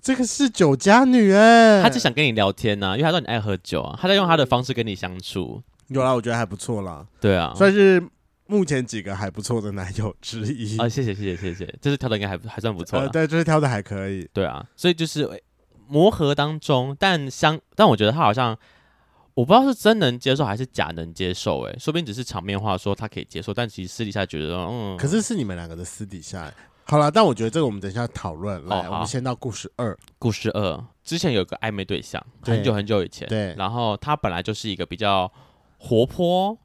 [SPEAKER 1] 这个是酒家女哎、
[SPEAKER 2] 他就想跟你聊天呐、因为他知道你爱喝酒啊，他在用他的方式跟你相处。
[SPEAKER 1] 有啦，我觉得还不错啦，
[SPEAKER 2] 对啊，
[SPEAKER 1] 算是目前几个还不错的男友之一。
[SPEAKER 2] 啊，谢谢谢谢谢谢，这次跳的应该还还算不错
[SPEAKER 1] 呃，
[SPEAKER 2] 了。
[SPEAKER 1] 对，就是挑的还可以。
[SPEAKER 2] 对啊，所以就是、诶磨合当中，但相但我觉得他好像。我不知道是真能接受还是假能接受、诶，说不定只是场面话说他可以接受，但其实私底下觉得，嗯，
[SPEAKER 1] 可是是你们两个的私底下、欸。好了，但我觉得这个我们等一下讨论。来，
[SPEAKER 2] 哦好
[SPEAKER 1] 我们先到故事二。
[SPEAKER 2] 故事二之前有个暧昧对象，
[SPEAKER 1] 对
[SPEAKER 2] 很久很久以前，
[SPEAKER 1] 对
[SPEAKER 2] 然后他本来就是一个比较活泼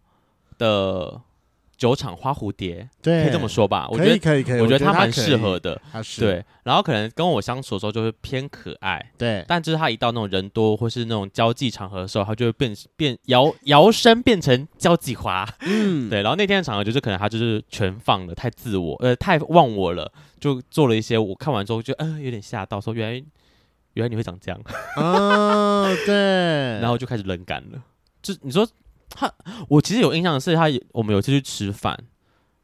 [SPEAKER 2] 的酒厂花蝴蝶，
[SPEAKER 1] 对，
[SPEAKER 2] 可以这么，说吧？我
[SPEAKER 1] 可
[SPEAKER 2] 觉
[SPEAKER 1] 以
[SPEAKER 2] 得
[SPEAKER 1] 可以可以，
[SPEAKER 2] 我觉得
[SPEAKER 1] 他
[SPEAKER 2] 他蛮
[SPEAKER 1] 可以
[SPEAKER 2] 适合，的，
[SPEAKER 1] 他是
[SPEAKER 2] 对。然后可能跟我相处的时候就会偏可爱，
[SPEAKER 1] 对
[SPEAKER 2] 但就是他一到那种人多或是那种交际场合的时候，他就会变变摇摇身变成交际花。
[SPEAKER 1] 嗯，
[SPEAKER 2] 对，然后那天的场合就是可能他就是全放了，太自我，呃，太忘我了，就做了一些我看完之后就嗯、呃有点吓到，说原来原来你会长这样，
[SPEAKER 1] *laughs* 啊，对，
[SPEAKER 2] *laughs* 然后就开始冷感了。就你说他，我其实有印象的是他有，我们有一次去吃饭，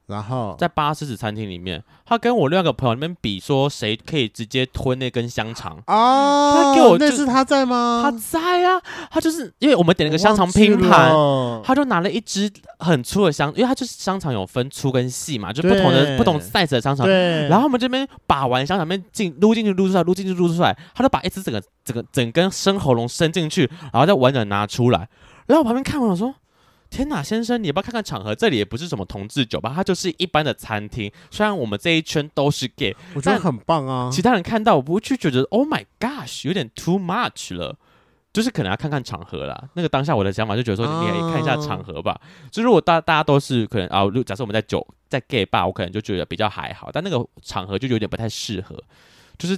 [SPEAKER 1] 然后
[SPEAKER 2] 在八狮子餐厅里面，他跟我另外一个朋友那边比说谁可以直接吞那根香肠。
[SPEAKER 1] 啊，
[SPEAKER 2] 他给我
[SPEAKER 1] 那
[SPEAKER 2] 就
[SPEAKER 1] 次他在吗？
[SPEAKER 2] 他在啊，他就是因为我们点了个香肠拼盘，
[SPEAKER 1] 盘
[SPEAKER 2] 他就拿了一只很粗的香，因为他就是香肠有分粗跟细嘛，就不同的
[SPEAKER 1] 对
[SPEAKER 2] 不同 size 的香肠。
[SPEAKER 1] 对，
[SPEAKER 2] 然后我们这边把玩香肠面进撸进去撸出来，撸进去撸出来，他就把一只整个整个整根生喉咙伸进去，然后再完整拿出来。然后我旁边看我想说。天哪，先生，你要不要看看场合？这里也不是什么同志酒吧，它就是一般的餐厅。虽然我们这一圈都是 gay，
[SPEAKER 1] 我觉得
[SPEAKER 2] 但
[SPEAKER 1] 很棒啊，
[SPEAKER 2] 其他人看到我不会去觉得 “Oh my gosh”，有点 too much 了，就是可能要看看场合啦。那个当下我的想法就觉得说，
[SPEAKER 1] 啊
[SPEAKER 2] 你也看一下场合吧。就如果大大家都是可能啊，如果假设我们在酒在 gay bar，我可能就觉得比较还好，但那个场合就有点不太适合，就是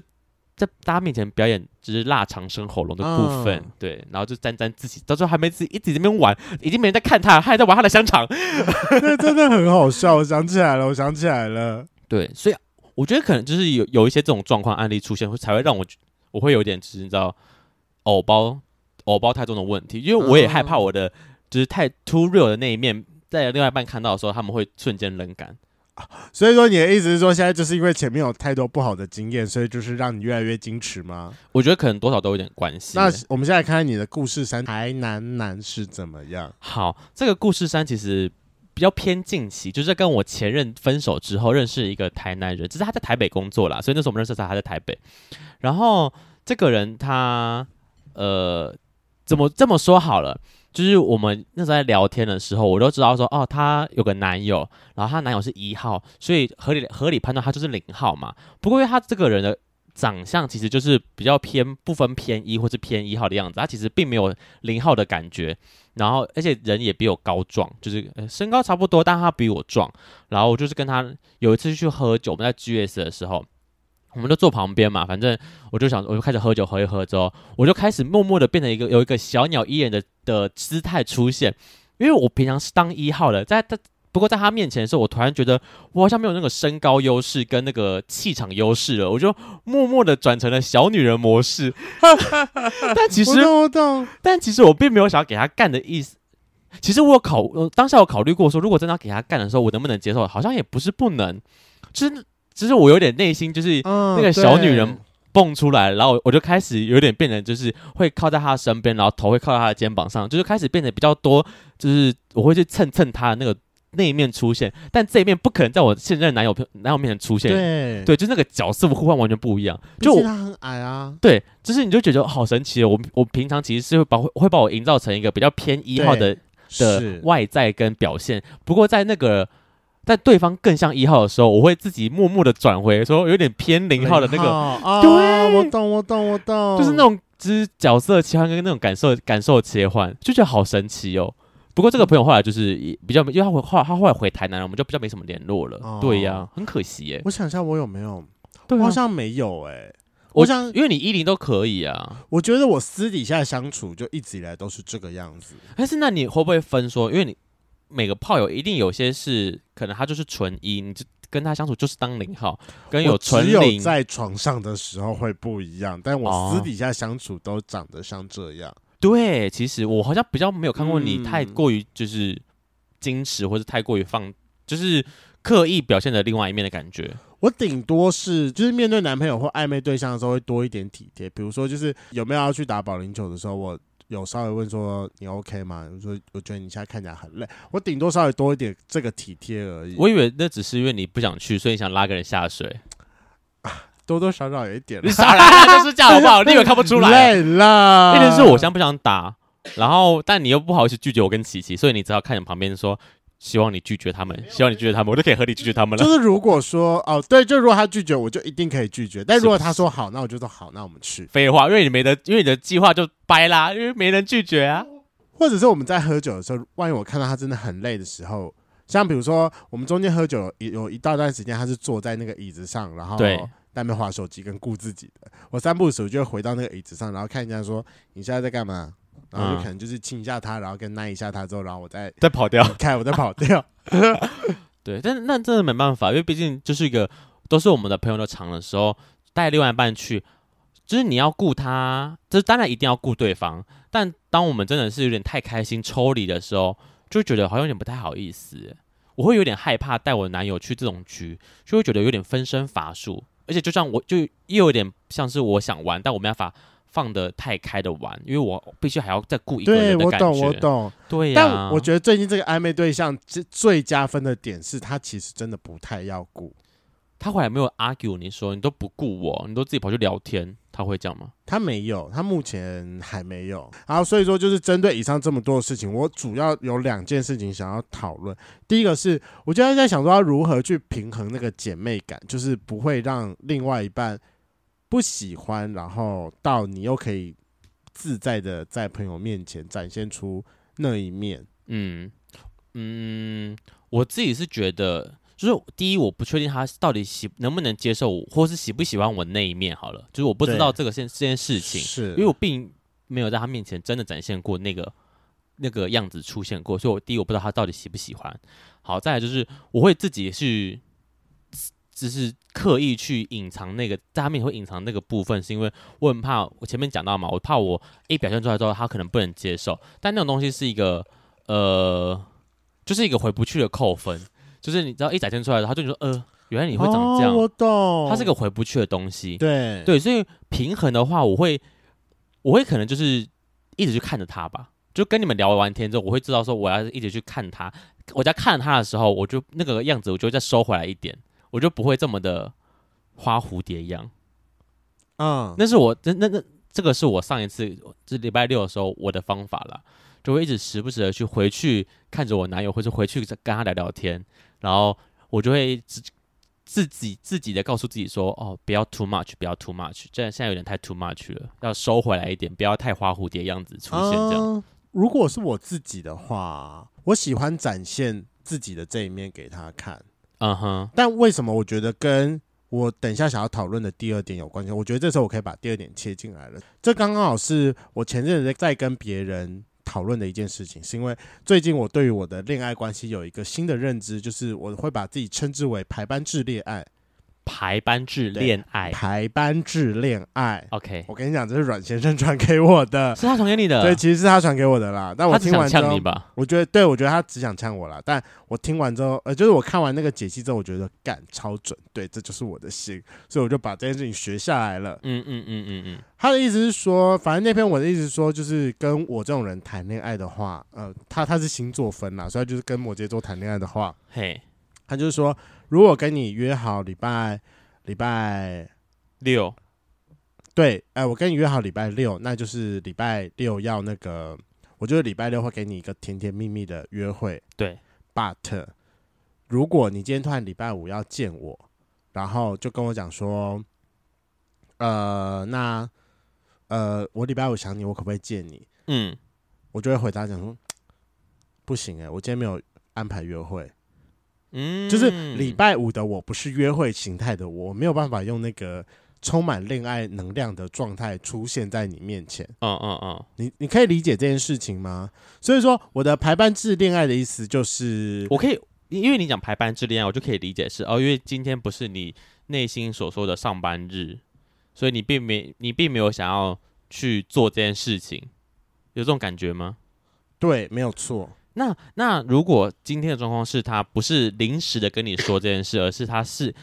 [SPEAKER 2] 在大家面前表演就是腊肠生喉咙的部分，
[SPEAKER 1] 嗯
[SPEAKER 2] 对，然后就沾沾自喜，到最后还没自己一直在那边玩，已经没人在看他了，他还在玩他的香肠，
[SPEAKER 1] 那真的很好笑，我想起来了，我想起来了，
[SPEAKER 2] 对，所以我觉得可能就是有有一些这种状况案例出现，会才会让我觉我会有点就是你知道，偶包偶包太重的问题，因为我也害怕我的、就是太 too real 的那一面，在另外一半看到的时候，他们会瞬间冷感。
[SPEAKER 1] 所以说你的意思是说，现在就是因为前面有太多不好的经验，所以就是让你越来越矜持吗？
[SPEAKER 2] 我觉得可能多少都有点关系。
[SPEAKER 1] 那我们现在看看你的故事三，台南男是怎么样？
[SPEAKER 2] 好，这个故事三其实比较偏近期，就是在跟我前任分手之后认识一个台南人，只是他在台北工作啦，所以那时候我们认识他，他在台北。然后这个人他呃，怎么这么说好了？就是我们那时候在聊天的时候，我都知道说，哦，她有个男友，然后她男友是一号，所以合理合理判断他就是零号嘛。不过因为他这个人的长相其实就是比较偏不分偏一或是偏一号的样子，他其实并没有零号的感觉，然后而且人也比我高壮，就是、呃身高差不多，但他比我壮。然后我就是跟他有一次去喝酒，我们在 GS 的时候，我们就坐旁边嘛，反正我就想，我就开始喝酒，喝一喝之后，我就开始默默的变成一个有一个小鸟依人的的姿态出现，因为我平常是当一号的，在他。不过在他面前的时候，我突然觉得我好像没有那个身高优势跟那个气场优势了，我就默默的转成了小女人模式。 *laughs* 但其实
[SPEAKER 1] 我懂，我懂，
[SPEAKER 2] 但其实我并没有想要给他干的意思。其实我有考，呃当下有考虑过说，如果真的要给他干的时候，我能不能接受？好像也不是不能，就是就是我有点内心就是
[SPEAKER 1] 嗯，
[SPEAKER 2] 那个小女人
[SPEAKER 1] 对
[SPEAKER 2] 蹦出来，然后我就开始有点变得就是会靠在他身边，然后头会靠在他的肩膀上，就是开始变得比较多，就是我会去蹭蹭他的那个那一面出现，但这一面不可能在我现任男友男友面前出现。
[SPEAKER 1] 对，
[SPEAKER 2] 对，就是那个角色互换完全不一样。
[SPEAKER 1] 毕
[SPEAKER 2] 就我
[SPEAKER 1] 竟他很矮啊，
[SPEAKER 2] 对，就是你就觉得好神奇哦！我我平常其实是会把会把我营造成一个比较偏一号的的
[SPEAKER 1] 是，
[SPEAKER 2] 外在跟表现，不过在那个在对方更像一号的时候，我会自己默默的转回，说有点偏零号的那个，
[SPEAKER 1] 个对，
[SPEAKER 2] 对
[SPEAKER 1] 哦我懂，我懂，我懂，
[SPEAKER 2] 就是那种就是角色切换跟那种感受感受切换，就觉得好神奇哦。不过这个朋友后来就是也比较，因为他回后来他后来回台南了，我们就比较没什么联络了。
[SPEAKER 1] 哦
[SPEAKER 2] 对呀、很可惜耶。
[SPEAKER 1] 我想一下，我有没有？
[SPEAKER 2] 对
[SPEAKER 1] 我
[SPEAKER 2] 啊
[SPEAKER 1] 好，像没有哎、
[SPEAKER 2] 我
[SPEAKER 1] 我想，
[SPEAKER 2] 因为你一零都可以啊。
[SPEAKER 1] 我觉得我私底下相处就一直以来都是这个样子。
[SPEAKER 2] 但是那你会不会分说？因为你每个炮友一定有些是可能他就是纯一，你就跟他相处就是当零号，跟
[SPEAKER 1] 我
[SPEAKER 2] 纯
[SPEAKER 1] 只
[SPEAKER 2] 零哦
[SPEAKER 1] 有在床上的时候会不一样，但我私底下相处都长得像这样。
[SPEAKER 2] 对，其实我好像比较没有看过你
[SPEAKER 1] 嗯
[SPEAKER 2] 太过于就是矜持，或是太过于放，就是刻意表现的另外一面的感觉。
[SPEAKER 1] 我顶多是就是面对男朋友或暧昧对象的时候会多一点体贴，比如说就是有没有要去打保龄球的时候，我有稍微问说你 OK 吗？我说我觉得你现在看起来很累，我顶多稍微多一点这个体贴而已。
[SPEAKER 2] 我以为那只是因为你不想去，所以你想拉个人
[SPEAKER 1] *laughs*
[SPEAKER 2] 下水。
[SPEAKER 1] 多多少少有一点
[SPEAKER 2] 你少来啦，就是这样好不好？你以为看不出来啊？
[SPEAKER 1] 累了。
[SPEAKER 2] 一定是我想不想打，然后但你又不好意思拒绝我跟琪琪，所以你只好看着旁边说。希望你拒绝他们，希望你拒绝他们，我就可以合理拒绝他 *laughs* 们了。
[SPEAKER 1] 就是如果说哦，对，就如果他拒绝，我就一定可以拒绝。但
[SPEAKER 2] 是
[SPEAKER 1] 如果
[SPEAKER 2] 不
[SPEAKER 1] 他说好，那我就说好，那我们去。
[SPEAKER 2] 废话，因为你没得，因为你的计划就掰啦，因为没人拒绝啊。
[SPEAKER 1] 或者是我们在喝酒的时候，万一我看到他真的很累的时候，像比如说我们中间喝酒有有一大段时间，他是坐在那个椅子上，然后
[SPEAKER 2] 对
[SPEAKER 1] 在那边划手机跟顾自己的。我三不五时我就会回到那个椅子上，然后看人家说你现在在干嘛，然后就
[SPEAKER 2] 嗯
[SPEAKER 1] 可能就是亲一下他，然后跟拉一下他之后，然后我再
[SPEAKER 2] 再跑掉。
[SPEAKER 1] 看我再跑掉。
[SPEAKER 2] 对，但是那真的没办法，因为毕竟就是一个都是我们的朋友的场的时候，带另外一半去，就是你要顾他，就是当然一定要顾对方，但当我们真的是有点太开心抽离的时候，就会觉得好像有点不太好意思，我会有点害怕带我男友去这种局，就会觉得有点分身乏术，而且就像我就又有点像是我想玩，但我没办法。放得太开的玩，因为我必须还要再顾一个
[SPEAKER 1] 对
[SPEAKER 2] 人的
[SPEAKER 1] 我
[SPEAKER 2] 感觉。
[SPEAKER 1] 懂，我。懂。
[SPEAKER 2] 对啊呀、
[SPEAKER 1] 但我觉得最近这个暧昧对象最最加分的点是他其实真的不太要顾，
[SPEAKER 2] 他后来没有 argue 你说你都不顾我，你都自己跑去聊天，他会这样吗？
[SPEAKER 1] 他没有，他目前还没有。然后所以说，就是针对以上这么多的事情，我主要有两件事情想要讨论。第一个是，我现在在想说要如何去平衡那个姐妹感，就是不会让另外一半不喜欢，然后到你又可以自在的在朋友面前展现出那一面。
[SPEAKER 2] 嗯嗯，我自己是觉得就是第一，我不确定他到底喜能不能接受我，或是喜不喜欢我那一面。好了，就是我不知道这个件这件事情，
[SPEAKER 1] 是
[SPEAKER 2] 因为我并没有在他面前真的展现过那个那个样子出现过，所以我第一我不知道他到底喜不喜欢。好，再来就是我会自己去，只是刻意去隐藏那个，在他面前会隐藏那个部分，是因为我很怕，我前面讲到嘛，我怕我一表现出来之后，他可能不能接受。但那种东西是一个呃，就是一个回不去的扣分，就是你知道一展现出来的，他就觉得呃，原来你会长这样，
[SPEAKER 1] 哦我懂。
[SPEAKER 2] 它是个回不去的东西。
[SPEAKER 1] 对
[SPEAKER 2] 对，所以平衡的话，我会，我会可能就是一直去看着他吧。就跟你们聊完天之后，我会知道说我要一直去看他。我在看他的时候，我就那个样子，我就会再收回来一点，我就不会这么的花蝴蝶一样。
[SPEAKER 1] 嗯，
[SPEAKER 2] 那是我那那那这个是我上一次这礼拜六的时候我的方法啦，就会一直时不时的去回去看着我男友，或者回去跟他聊聊天，然后我就会自自己自己的告诉自己说，哦，不要 too much，不要 too much，这样现在有点太 too much 了，要收回来一点，不要太花蝴蝶样子出现这样。
[SPEAKER 1] 嗯如果是我自己的话，我喜欢展现自己的这一面给他看。
[SPEAKER 2] 嗯哼，
[SPEAKER 1] 但为什么我觉得跟我等一下想要讨论的第二点有关系？我觉得这时候我可以把第二点切进来了。这刚刚好是我前阵子在跟别人讨论的一件事情，是因为最近我对于我的恋爱关系有一个新的认知，就是我会把自己称之为排班制恋爱，
[SPEAKER 2] 排班制恋爱
[SPEAKER 1] 排班制恋爱。
[SPEAKER 2] ，OK，
[SPEAKER 1] 我跟你讲，这是阮先生传给我的，
[SPEAKER 2] *laughs* 是他传给你的，
[SPEAKER 1] 对，其实是他传给我的啦。但我
[SPEAKER 2] 他只
[SPEAKER 1] 听
[SPEAKER 2] 想
[SPEAKER 1] 完之
[SPEAKER 2] 呛
[SPEAKER 1] 后
[SPEAKER 2] 你，吧？
[SPEAKER 1] 我觉得对，我觉得他只想呛我啦。但我听完之后，呃，就是我看完那个解析之后，我觉得干超准，对，这就是我的心，所以我就把这件事情学下来了。
[SPEAKER 2] 嗯嗯嗯嗯嗯，
[SPEAKER 1] 他的意思是说，反正那篇我的意思是说，就是跟我这种人谈恋爱的话，呃，他他是星座分啦，所以他就是跟摩羯座谈恋爱的话，
[SPEAKER 2] 嘿，
[SPEAKER 1] 他就是说，如果跟你约好礼拜礼拜
[SPEAKER 2] 六，
[SPEAKER 1] 对，哎、我跟你约好礼拜六，那就是礼拜六要那个，我觉得礼拜六会给你一个甜甜蜜蜜的约会。
[SPEAKER 2] 对
[SPEAKER 1] ，but 如果你今天突然礼拜五要见我，然后就跟我讲说，呃，那呃，我礼拜五想你，我可不可以见你？
[SPEAKER 2] 嗯，
[SPEAKER 1] 我就会回答讲说，不行哎、我今天没有安排约会，
[SPEAKER 2] 嗯，
[SPEAKER 1] 就是礼拜五的我不是约会形态的我，我没有办法用那个充满恋爱能量的状态出现在你面前。
[SPEAKER 2] 嗯嗯嗯，
[SPEAKER 1] 你你可以理解这件事情吗？所以说，我的排班制恋爱的意思就是，
[SPEAKER 2] 我可以，因为你讲排班制恋爱，我就可以理解是哦，因为今天不是你内心所说的上班日，所以你并没你并没有想要去做这件事情，有这种感觉吗？
[SPEAKER 1] 对，没有错。
[SPEAKER 2] 那那如果今天的状况是他不是临时的跟你说这件事，而是他是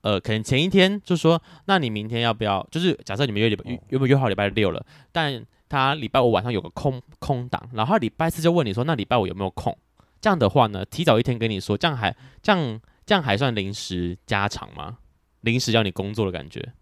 [SPEAKER 2] 呃，可能前一天就说，那你明天要不要？就是假设你们约礼
[SPEAKER 1] 哦
[SPEAKER 2] 拜约约约好礼拜六了，但他礼拜五晚上有个空空档，然后他礼拜四就问你说，那礼拜五有没有空？这样的话呢，提早一天跟你说，这样还这样这样还算临时加长吗？临时要你工作的感觉，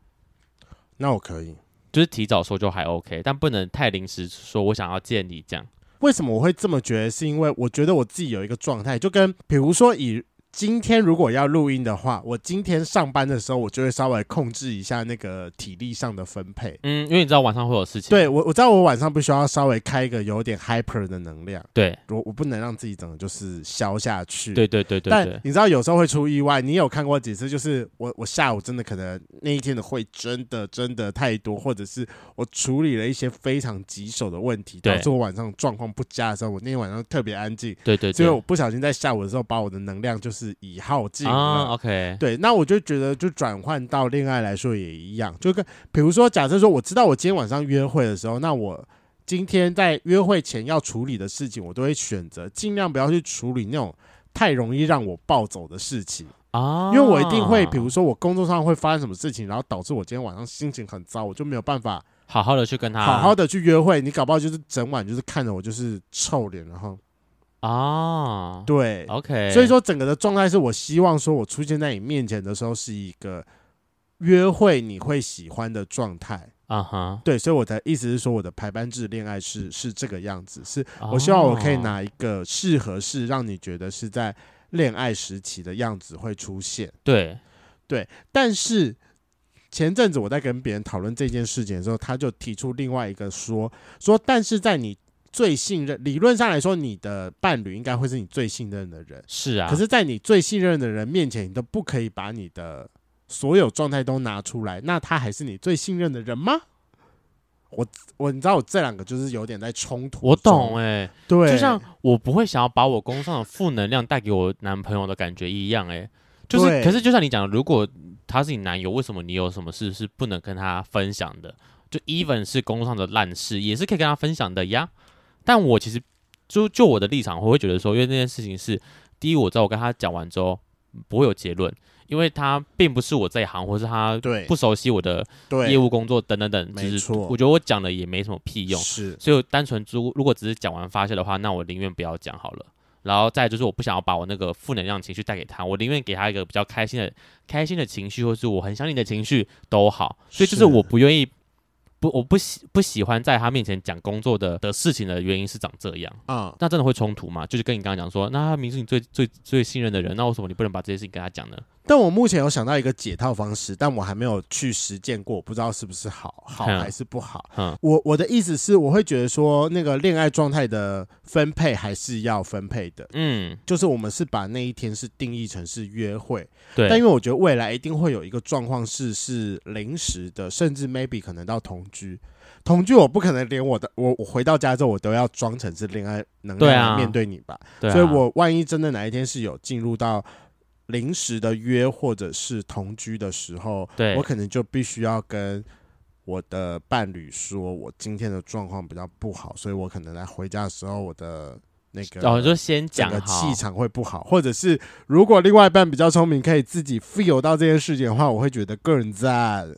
[SPEAKER 1] 那我可以。
[SPEAKER 2] 就是提早说就还 OK，但不能太临时说我想要见你这样。
[SPEAKER 1] 为什么我会这么觉得？是因为我觉得我自己有一个状态，就跟比如说以今天如果要录音的话，我今天上班的时候，我就会稍微控制一下那个体力上的分配。
[SPEAKER 2] 嗯，因为你知道晚上会有事情。
[SPEAKER 1] 对我，我知道我晚上必须要稍微开一个有点 hyper 的能量，
[SPEAKER 2] 对
[SPEAKER 1] 我我不能让自己整个就是消下去。
[SPEAKER 2] 对对对对对
[SPEAKER 1] 但。你知道有时候会出意外，你有看过几次？就是我我下午真的可能那一天的会真的真的太多，或者是我处理了一些非常棘手的问题，
[SPEAKER 2] 对
[SPEAKER 1] 导致我晚上状况不佳的时候，我那天晚上特别安静，
[SPEAKER 2] 对对
[SPEAKER 1] 所
[SPEAKER 2] 对，
[SPEAKER 1] 以我不小心在下午的时候把我的能量就是已耗尽了。
[SPEAKER 2] 啊，OK，
[SPEAKER 1] 对，那我就觉得，就转换到恋爱来说也一样，就跟比如说，假设说我知道我今天晚上约会的时候，那我今天在约会前要处理的事情，我都会选择尽量不要去处理那种太容易让我暴走的事情，
[SPEAKER 2] 啊，
[SPEAKER 1] 因为我一定会，比如说我工作上会发生什么事情，然后导致我今天晚上心情很糟，我就没有办法
[SPEAKER 2] 好好的去跟他
[SPEAKER 1] 好好的去约会。你搞不好就是整晚就是看着我就是臭脸，然后
[SPEAKER 2] 啊，
[SPEAKER 1] 对，
[SPEAKER 2] ，OK，
[SPEAKER 1] 所以说整个的状态是我希望说我出现在你面前的时候是一个约会你会喜欢的状态。
[SPEAKER 2] 啊哈，
[SPEAKER 1] 对，所以我的意思是说，我的排班制恋爱是是这个样子，是我希望我可以
[SPEAKER 2] 哦，
[SPEAKER 1] 拿一个适合是让你觉得是在恋爱时期的样子会出现。
[SPEAKER 2] 对，
[SPEAKER 1] 但是前阵子我在跟别人讨论这件事情的时候，他就提出另外一个说说，但是在你最信任，理论上来说，你的伴侣应该会是你最信任的人。
[SPEAKER 2] 是啊，
[SPEAKER 1] 可是，在你最信任的人面前，你都不可以把你的所有状态都拿出来，那他还是你最信任的人吗？我我你知道我这两个就是有点在冲突中，
[SPEAKER 2] 我懂哎、
[SPEAKER 1] 对，
[SPEAKER 2] 就像我不会想要把我工作上的负能量带给我男朋友的感觉一样、哎，就是
[SPEAKER 1] 对
[SPEAKER 2] 可是就像你讲，的，如果他是你男友，为什么你有什么事是不能跟他分享的？就 even 是工作上的烂事，也是可以跟他分享的呀。但我其实就就我的立场，我会觉得说，因为那件事情是第一，我知道我跟他讲完之后不会有结论，因为他并不是我这一行，或是他
[SPEAKER 1] 对
[SPEAKER 2] 不熟悉我的
[SPEAKER 1] 对
[SPEAKER 2] 业务工作等等等，
[SPEAKER 1] 没
[SPEAKER 2] 就是
[SPEAKER 1] 错
[SPEAKER 2] 我觉得我讲了也没什么屁用。
[SPEAKER 1] 是
[SPEAKER 2] 所以我单纯如如果只是讲完发泄的话，那我宁愿不要讲好了。然后再来就是我不想要把我那个负能量情绪带给他，我宁愿给他一个比较开心的开心的情绪，或是我很想你的情绪都好。所以就是
[SPEAKER 1] 是
[SPEAKER 2] 我不愿意不我不喜不喜欢在他面前讲工作的的事情的原因是长这样。
[SPEAKER 1] 啊、
[SPEAKER 2] 那真的会冲突吗？就是跟你刚刚讲说，那他明明是你最最最信任的人，那为什么你不能把这些事情跟他讲呢？
[SPEAKER 1] 但我目前有想到一个解套方式，但我还没有去实践过，我不知道是不是好，好
[SPEAKER 2] 嗯
[SPEAKER 1] 还是不好。
[SPEAKER 2] 嗯
[SPEAKER 1] 我我的意思是，我会觉得说，那个恋爱状态的分配还是要分配的，
[SPEAKER 2] 嗯，
[SPEAKER 1] 就是我们是把那一天是定义成是约会，但
[SPEAKER 2] 对
[SPEAKER 1] 因为我觉得未来一定会有一个状况是是临时的，甚至 maybe 可能到同居。同居我不可能连我的我我回到家之后我都要装成是恋爱能
[SPEAKER 2] 对
[SPEAKER 1] 量
[SPEAKER 2] 啊
[SPEAKER 1] 来面对你吧，
[SPEAKER 2] 对啊，
[SPEAKER 1] 所以我万一真的哪一天是有进入到临时的约或者是同居的时候，
[SPEAKER 2] 对
[SPEAKER 1] 我可能就必须要跟我的伴侣说，我今天的状况比较不好，所以我可能来回家的时候，我的那个
[SPEAKER 2] 哦，你说先
[SPEAKER 1] 整
[SPEAKER 2] 讲
[SPEAKER 1] 个
[SPEAKER 2] 好
[SPEAKER 1] 气，场会不好，或者是如果另外一半比较聪明，可以自己 feel 到这件事情的话，我会觉得个人赞，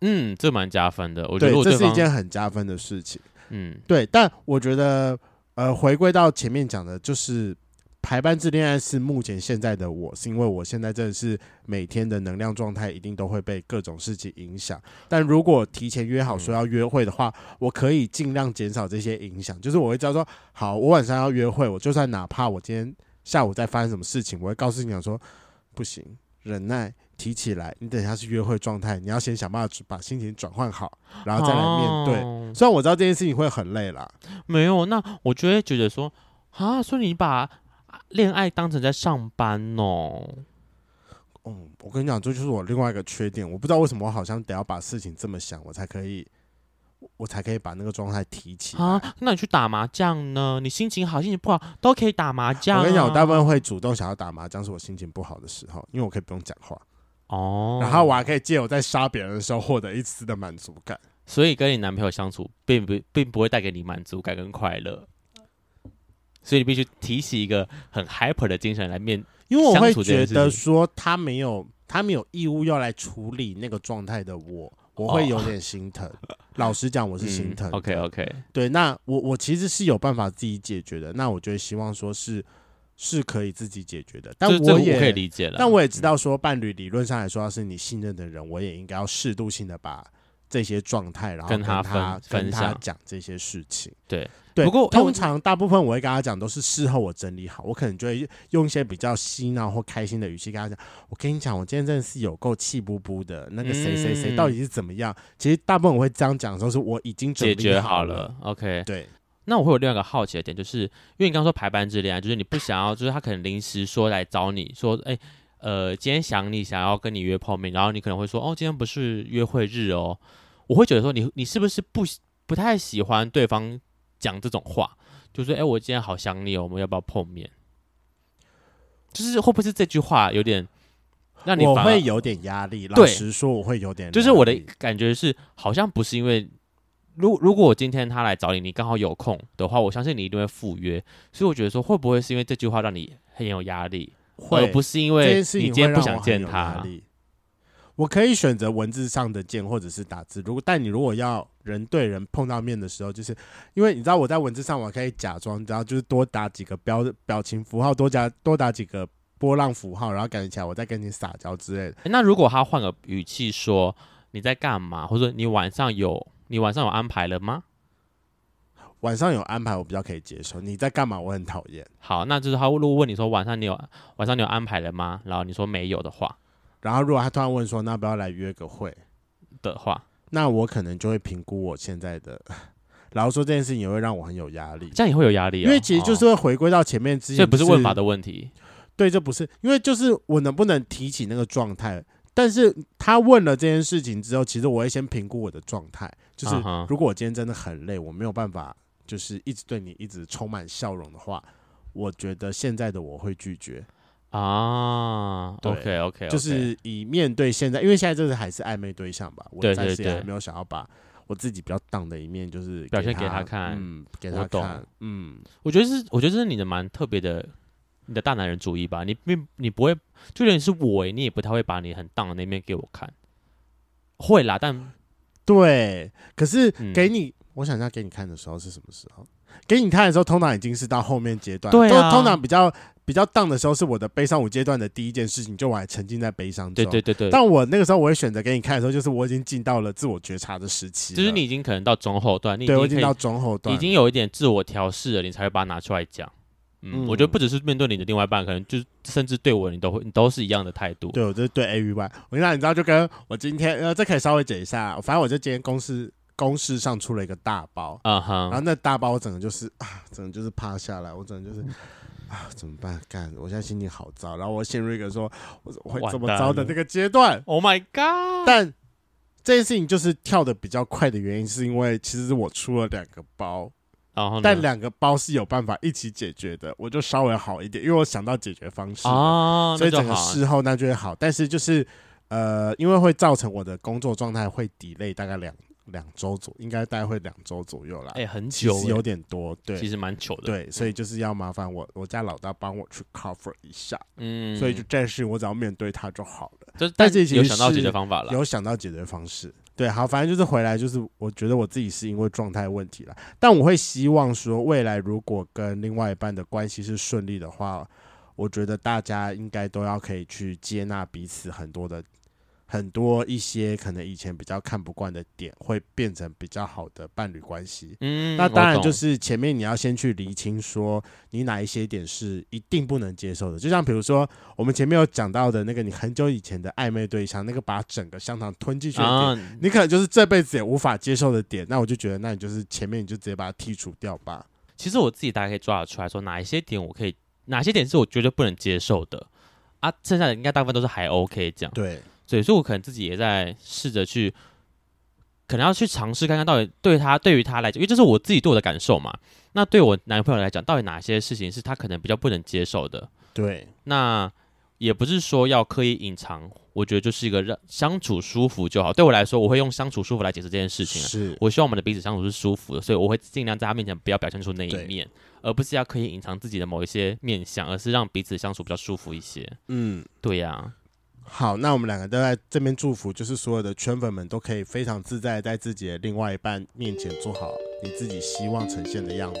[SPEAKER 2] 嗯，这蛮加分的。我觉
[SPEAKER 1] 对
[SPEAKER 2] 得如，果
[SPEAKER 1] 这是
[SPEAKER 2] 对
[SPEAKER 1] 一
[SPEAKER 2] 方
[SPEAKER 1] 件很加分的事情。
[SPEAKER 2] 嗯，
[SPEAKER 1] 对，但我觉得，呃，回归到前面讲的，就是排班制恋爱是目前现在的我，是因为我现在真的是每天的能量状态一定都会被各种事情影响。但如果提前约好说要约会的话，我可以尽量减少这些影响，就是我会知道说，好，我晚上要约会，我就算哪怕我今天下午再发生什么事情，我会告诉你讲说，不行，忍耐。提起来，你等一下是约会状态，你要先想办法把心情转换好，然啊后再来面对。
[SPEAKER 2] 哦
[SPEAKER 1] 虽然我知道这件事情会很累啦，
[SPEAKER 2] 没有，那我就会觉得说，啊，所以你把恋爱当成在上班哦。
[SPEAKER 1] 嗯，我跟你讲，这就是我另外一个缺点，我不知道为什么我好像得要把事情这么想，我才可以，我才可以把那个状态提起来。
[SPEAKER 2] 啊，那你去打麻将呢？你心情好，心情不好都可以打麻将、啊。
[SPEAKER 1] 我跟你讲，我大部分会主动想要打麻将，是我心情不好的时候，因为我可以不用讲话，
[SPEAKER 2] 哦，
[SPEAKER 1] 然后我还可以借我在杀别人的时候获得一丝的满足感。
[SPEAKER 2] 所以跟你男朋友相处，并不并不会带给你满足感跟快乐，所以你必须提起一个很 hyper 的精神来面。
[SPEAKER 1] 因为我会
[SPEAKER 2] 相处这件
[SPEAKER 1] 觉
[SPEAKER 2] 事情
[SPEAKER 1] 得说他没有，他没有义务要来处理那个状态的我，我
[SPEAKER 2] 哦
[SPEAKER 1] 会有点心疼。老实讲，我是心疼的、
[SPEAKER 2] OK OK，
[SPEAKER 1] 对，那我我其实是有办法自己解决的。那我觉得希望说是是可以自己解决的，但
[SPEAKER 2] 这这
[SPEAKER 1] 我
[SPEAKER 2] 个
[SPEAKER 1] 也
[SPEAKER 2] 我可以理解了。嗯
[SPEAKER 1] 但我也知道说，伴侣理论上来说，要是你信任的人，我也应该要适度性的把这些状态，然后
[SPEAKER 2] 跟他
[SPEAKER 1] 他跟
[SPEAKER 2] 分分
[SPEAKER 1] 他
[SPEAKER 2] 享
[SPEAKER 1] 讲这些事情。
[SPEAKER 2] 对
[SPEAKER 1] 对，
[SPEAKER 2] 不过哎我
[SPEAKER 1] 通常大部分我会跟他讲都是事后我整理好，我可能就会用一些比较嬉闹或开心的语气跟他讲。我跟你讲，我今天真的是有够气不不的，那个谁谁谁
[SPEAKER 2] 嗯
[SPEAKER 1] 到底是怎么样？其实大部分我会这样讲的时候，是我已经整
[SPEAKER 2] 解
[SPEAKER 1] 理
[SPEAKER 2] 决
[SPEAKER 1] 好
[SPEAKER 2] 好。了。OK，
[SPEAKER 1] 对，
[SPEAKER 2] 那我会有另外一个好奇的点，就是因为你刚刚说排班制恋爱，就是你不想要，就是他可能临时说来找你说，哎、呃，今天想你，想要跟你约碰面，然后你可能会说，哦，今天不是约会日哦，我会觉得说你你是不是不喜不太喜欢对方讲这种话，就是哎、我今天好想你哦，我们要不要碰面？就是会不会是这句话有点让你
[SPEAKER 1] 我
[SPEAKER 2] 反而
[SPEAKER 1] 会有点压力。老
[SPEAKER 2] 对
[SPEAKER 1] 实说，我会有点压力，
[SPEAKER 2] 就是我的感觉是，好像不是因为，如如果我今天他来找你，你刚好有空的话，我相信你一定会赴约。所以我觉得说，会不会是因为这句话让你很有压力，而
[SPEAKER 1] 会
[SPEAKER 2] 呃不是因
[SPEAKER 1] 这
[SPEAKER 2] 为
[SPEAKER 1] 件
[SPEAKER 2] 你
[SPEAKER 1] 事
[SPEAKER 2] 今
[SPEAKER 1] 情
[SPEAKER 2] 天
[SPEAKER 1] 会
[SPEAKER 2] 不
[SPEAKER 1] 让
[SPEAKER 2] 想
[SPEAKER 1] 我很
[SPEAKER 2] 见
[SPEAKER 1] 有压
[SPEAKER 2] 他？
[SPEAKER 1] 力我可以选择文字上的见，或者是打字。如果但你如果要人对人碰到面的时候，就是因为你知道我在文字上我可以假装，然后就是多打几个标表情符号，多加多打几个波浪符号，然后感觉起来我在跟你撒娇之类的。
[SPEAKER 2] 诶那如果他换个语气说你在干嘛，或者你晚上有你晚上有安排了吗？
[SPEAKER 1] 晚上有安排，我比较可以接受。你在干嘛？我很讨厌。
[SPEAKER 2] 好，那就是他如果问你说晚上你有晚上你有安排了吗？然后你说没有的话
[SPEAKER 1] 然后如果他突然问说，那要不要来约个会？
[SPEAKER 2] 的话，
[SPEAKER 1] 那我可能就会评估我现在的然后说这件事情也会让我很有压力，
[SPEAKER 2] 这样也会有压力、哦，
[SPEAKER 1] 因为其实就是哦
[SPEAKER 2] 哦
[SPEAKER 1] 会回归到前面之前，
[SPEAKER 2] 所以不是问法的问题，
[SPEAKER 1] 对，这不是，因为就是我能不能提起那个状态。但是他问了这件事情之后，其实我会先评估我的状态，就是
[SPEAKER 2] 啊哈
[SPEAKER 1] 如果我今天真的很累，我没有办法，就是一直对你一直充满笑容的话，我觉得现在的我会拒绝，
[SPEAKER 2] 啊
[SPEAKER 1] 对
[SPEAKER 2] ，OK OK，
[SPEAKER 1] 就是以面对现在，因为现在这是还是暧昧对象吧，我
[SPEAKER 2] 对
[SPEAKER 1] 暂
[SPEAKER 2] 对
[SPEAKER 1] 时也还
[SPEAKER 2] 对
[SPEAKER 1] 没有想要把我自己比较荡的一面，就是
[SPEAKER 2] 表现
[SPEAKER 1] 给
[SPEAKER 2] 给他看
[SPEAKER 1] 嗯，给
[SPEAKER 2] 我
[SPEAKER 1] 他
[SPEAKER 2] 懂
[SPEAKER 1] 看，嗯，
[SPEAKER 2] 我觉得是，我觉得这是你的蛮特别的，你的大男人主义吧。你并你不会，就连是我欸，你也不太会把你很荡的那面给我看。会啦，但
[SPEAKER 1] 对。可是
[SPEAKER 2] 嗯
[SPEAKER 1] 给你，我想一下，给你看的时候是什么时候？给你看的时候，通常已经是到后面阶段，
[SPEAKER 2] 对
[SPEAKER 1] 都
[SPEAKER 2] 啊
[SPEAKER 1] 通常比较比较荡的时候，是我的悲伤五阶段的第一件事情，就我还沉浸在悲伤中。
[SPEAKER 2] 对对对对，
[SPEAKER 1] 但我那个时候，我会选择给你看的时候，就是我已经进到了自我觉察的时期了，
[SPEAKER 2] 就是你已经可能到中后段，你已
[SPEAKER 1] 对我已经
[SPEAKER 2] 经可以
[SPEAKER 1] 到中后
[SPEAKER 2] 你
[SPEAKER 1] 段，
[SPEAKER 2] 已经有一点自我调试了，你才会把它拿出来讲。嗯，
[SPEAKER 1] 嗯
[SPEAKER 2] 我觉得不只是面对你的另外一半，可能就是甚至对我，你都会你都是一样的态度。
[SPEAKER 1] 对，我就是对 A 与 Y。我跟你讲，你知道，就跟我今天呃，这可以稍微解一下。反正我就今天公司公司上出了一个大包，
[SPEAKER 2] 嗯
[SPEAKER 1] 然后
[SPEAKER 2] 哼，
[SPEAKER 1] 那大包我整个就是啊，整个就是趴下来，我整个就是啊，怎么办？干，我现在心情好糟。然后我陷入一个说我我会怎么糟的那个阶段。
[SPEAKER 2] Oh my god！
[SPEAKER 1] 但这件事情就是跳的比较快的原因，是因为其实我出了两个包，
[SPEAKER 2] 然后呢？
[SPEAKER 1] 但两个包是有办法一起解决的，我就稍微好一点，因为我想到解决方式了
[SPEAKER 2] 啊，
[SPEAKER 1] 所以
[SPEAKER 2] 那
[SPEAKER 1] 整
[SPEAKER 2] 就
[SPEAKER 1] 个
[SPEAKER 2] 好
[SPEAKER 1] 事后那就会好，但是就是呃，因为会造成我的工作状态会 delay 大概两两周左，应该大概会两周左右啦。
[SPEAKER 2] 哎、很
[SPEAKER 1] 其
[SPEAKER 2] 久
[SPEAKER 1] 实
[SPEAKER 2] 欸
[SPEAKER 1] 有点多，
[SPEAKER 2] 其
[SPEAKER 1] 对
[SPEAKER 2] 实嗯蛮久的。
[SPEAKER 1] 对，所以就是要麻烦我我家老大帮我去 cover 一下，
[SPEAKER 2] 嗯，
[SPEAKER 1] 所以就暂时我只要面对他就好了，
[SPEAKER 2] 就是
[SPEAKER 1] 但
[SPEAKER 2] 但
[SPEAKER 1] 是其
[SPEAKER 2] 有
[SPEAKER 1] 实
[SPEAKER 2] 想到解
[SPEAKER 1] 是
[SPEAKER 2] 决方法了。
[SPEAKER 1] 有想到解决方式。对，好，反正就是回来，就是我觉得我自己是因为状态问题了，但我会希望说，未来如果跟另外一半的关系是顺利的话，我觉得大家应该都要可以去接纳彼此很多的很多一些可能以前比较看不惯的点，会变成比较好的伴侣关系。
[SPEAKER 2] 嗯，
[SPEAKER 1] 那
[SPEAKER 2] 我
[SPEAKER 1] 当然就
[SPEAKER 2] 懂
[SPEAKER 1] 是前面你要先去厘清，说你哪一些点是一定不能接受的。就像比如说我们前面有讲到的那个你很久以前的暧昧对象，那个把整个香肠吞进去的点，
[SPEAKER 2] 啊，
[SPEAKER 1] 你可能就是这辈子也无法接受的点。那我就觉得，那你就是前面你就直接把它剔除掉吧。
[SPEAKER 2] 其实我自己大概可以抓得出来说哪一些点我可以，哪些点是我绝对不能接受的啊，剩下的应该大部分都是还 OK 这样。
[SPEAKER 1] 对，
[SPEAKER 2] 对，所以我可能自己也在试着去，可能要去尝试看看到底对他对于他来讲，因为这是我自己对我的感受嘛。那对我男朋友来讲，到底哪些事情是他可能比较不能接受的？
[SPEAKER 1] 对，
[SPEAKER 2] 那也不是说要刻意隐藏，我觉得就是一个让相处舒服就好。对我来说，我会用相处舒服来解释这件事情啊。
[SPEAKER 1] 是，
[SPEAKER 2] 我希望我们的彼此相处是舒服的，所以我会尽量在他面前不要表现出那
[SPEAKER 1] 对
[SPEAKER 2] 一面，而不是要刻意隐藏自己的某一些面相，而是让彼此相处比较舒服一些。
[SPEAKER 1] 嗯。
[SPEAKER 2] 对呀、
[SPEAKER 1] 好，那我们两个都在这边祝福，就是所有的圈粉们都可以非常自在，在自己的另外一半面前做好你自己希望呈现的样子。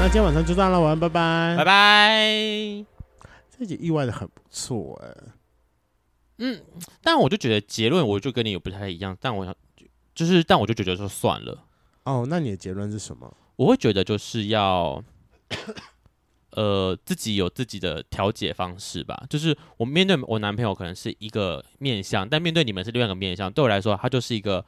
[SPEAKER 1] 那今天晚上就这样了，晚安，拜拜，
[SPEAKER 2] 拜。拜。
[SPEAKER 1] 这集意外的很不错哎、
[SPEAKER 2] 但我就觉得结论，我就跟你有不太一样，但我想就是，但我就觉得说算了，
[SPEAKER 1] 哦，那你的结论是什么？
[SPEAKER 2] 我会觉得就是要。呃，自己有自己的调解方式吧。就是我面对我男朋友可能是一个面相，但面对你们是另外一个面相。对我来说，他就是一个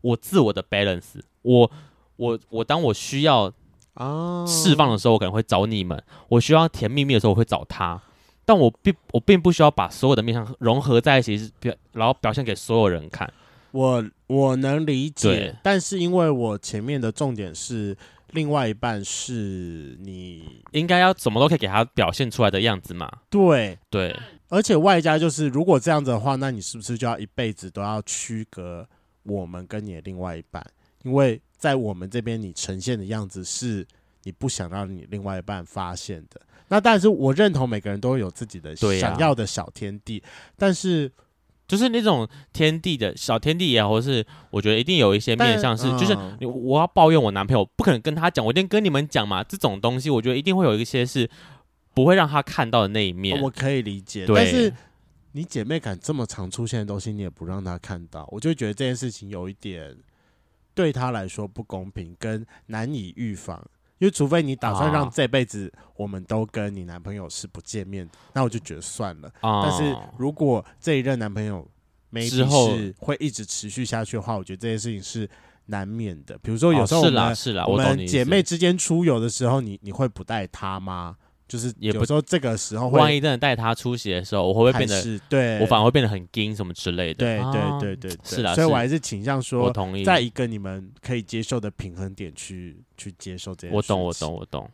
[SPEAKER 2] 我自我的 balance。我我我，当我需要
[SPEAKER 1] 哦
[SPEAKER 2] 释放的时候，我可能会找你们；我需要甜蜜蜜的时候，我会找他。但我并我并不需要把所有的面相融合在一起，表然后表现给所有人看。
[SPEAKER 1] 我我能理解
[SPEAKER 2] 对，
[SPEAKER 1] 但是因为我前面的重点是另外一半是你
[SPEAKER 2] 应该要怎么都可以给他表现出来的样子嘛。
[SPEAKER 1] 对，
[SPEAKER 2] 对，
[SPEAKER 1] 而且外加就是如果这样子的话，那你是不是就要一辈子都要区隔我们跟你的另外一半？因为在我们这边，你呈现的样子是你不想让你另外一半发现的。那但是我认同每个人都有自己的
[SPEAKER 2] 对呀啊
[SPEAKER 1] 想要的小天地，但是
[SPEAKER 2] 就是那种天地的小天地也好，或是我觉得一定有一些面向是，
[SPEAKER 1] 但
[SPEAKER 2] 就是
[SPEAKER 1] 嗯
[SPEAKER 2] 你我要抱怨我男朋友，不可能跟他讲，我一定跟你们讲嘛。这种东西，我觉得一定会有一些是不会让他看到的那一面。
[SPEAKER 1] 哦我可以理解，
[SPEAKER 2] 对
[SPEAKER 1] 但是你姐妹感这么常出现的东西，你也不让她看到，我就觉得这件事情有一点对她来说不公平，跟难以预防。因为除非你打算让
[SPEAKER 2] 啊
[SPEAKER 1] 这辈子我们都跟你男朋友是不见面的，那我就觉得算了。
[SPEAKER 2] 啊、
[SPEAKER 1] 但是如果这一任男朋友没
[SPEAKER 2] 之后
[SPEAKER 1] 是会一直持续下去的话，我觉得这件事情是难免的。比如说
[SPEAKER 2] 哦
[SPEAKER 1] 有时候我
[SPEAKER 2] 是
[SPEAKER 1] 们、
[SPEAKER 2] 啦是啦，
[SPEAKER 1] 我
[SPEAKER 2] 懂
[SPEAKER 1] 们
[SPEAKER 2] 你意
[SPEAKER 1] 姐
[SPEAKER 2] 思
[SPEAKER 1] 妹之间出游的时候，你你会不带她吗？就是
[SPEAKER 2] 也不
[SPEAKER 1] 有时候这个时候会
[SPEAKER 2] 万一真的带他出席的时候，我会不会
[SPEAKER 1] 还
[SPEAKER 2] 变得
[SPEAKER 1] 是对，
[SPEAKER 2] 我反而会变得很硬什么之类的？
[SPEAKER 1] 对
[SPEAKER 2] 啊
[SPEAKER 1] 对对对对，
[SPEAKER 2] 是啦
[SPEAKER 1] 所以
[SPEAKER 2] 是
[SPEAKER 1] 我还是倾向
[SPEAKER 2] 我
[SPEAKER 1] 说，
[SPEAKER 2] 同意。
[SPEAKER 1] 在一个你们可以接受的平衡点去去接受这件
[SPEAKER 2] 我懂，我
[SPEAKER 1] 事情
[SPEAKER 2] 懂，。我懂。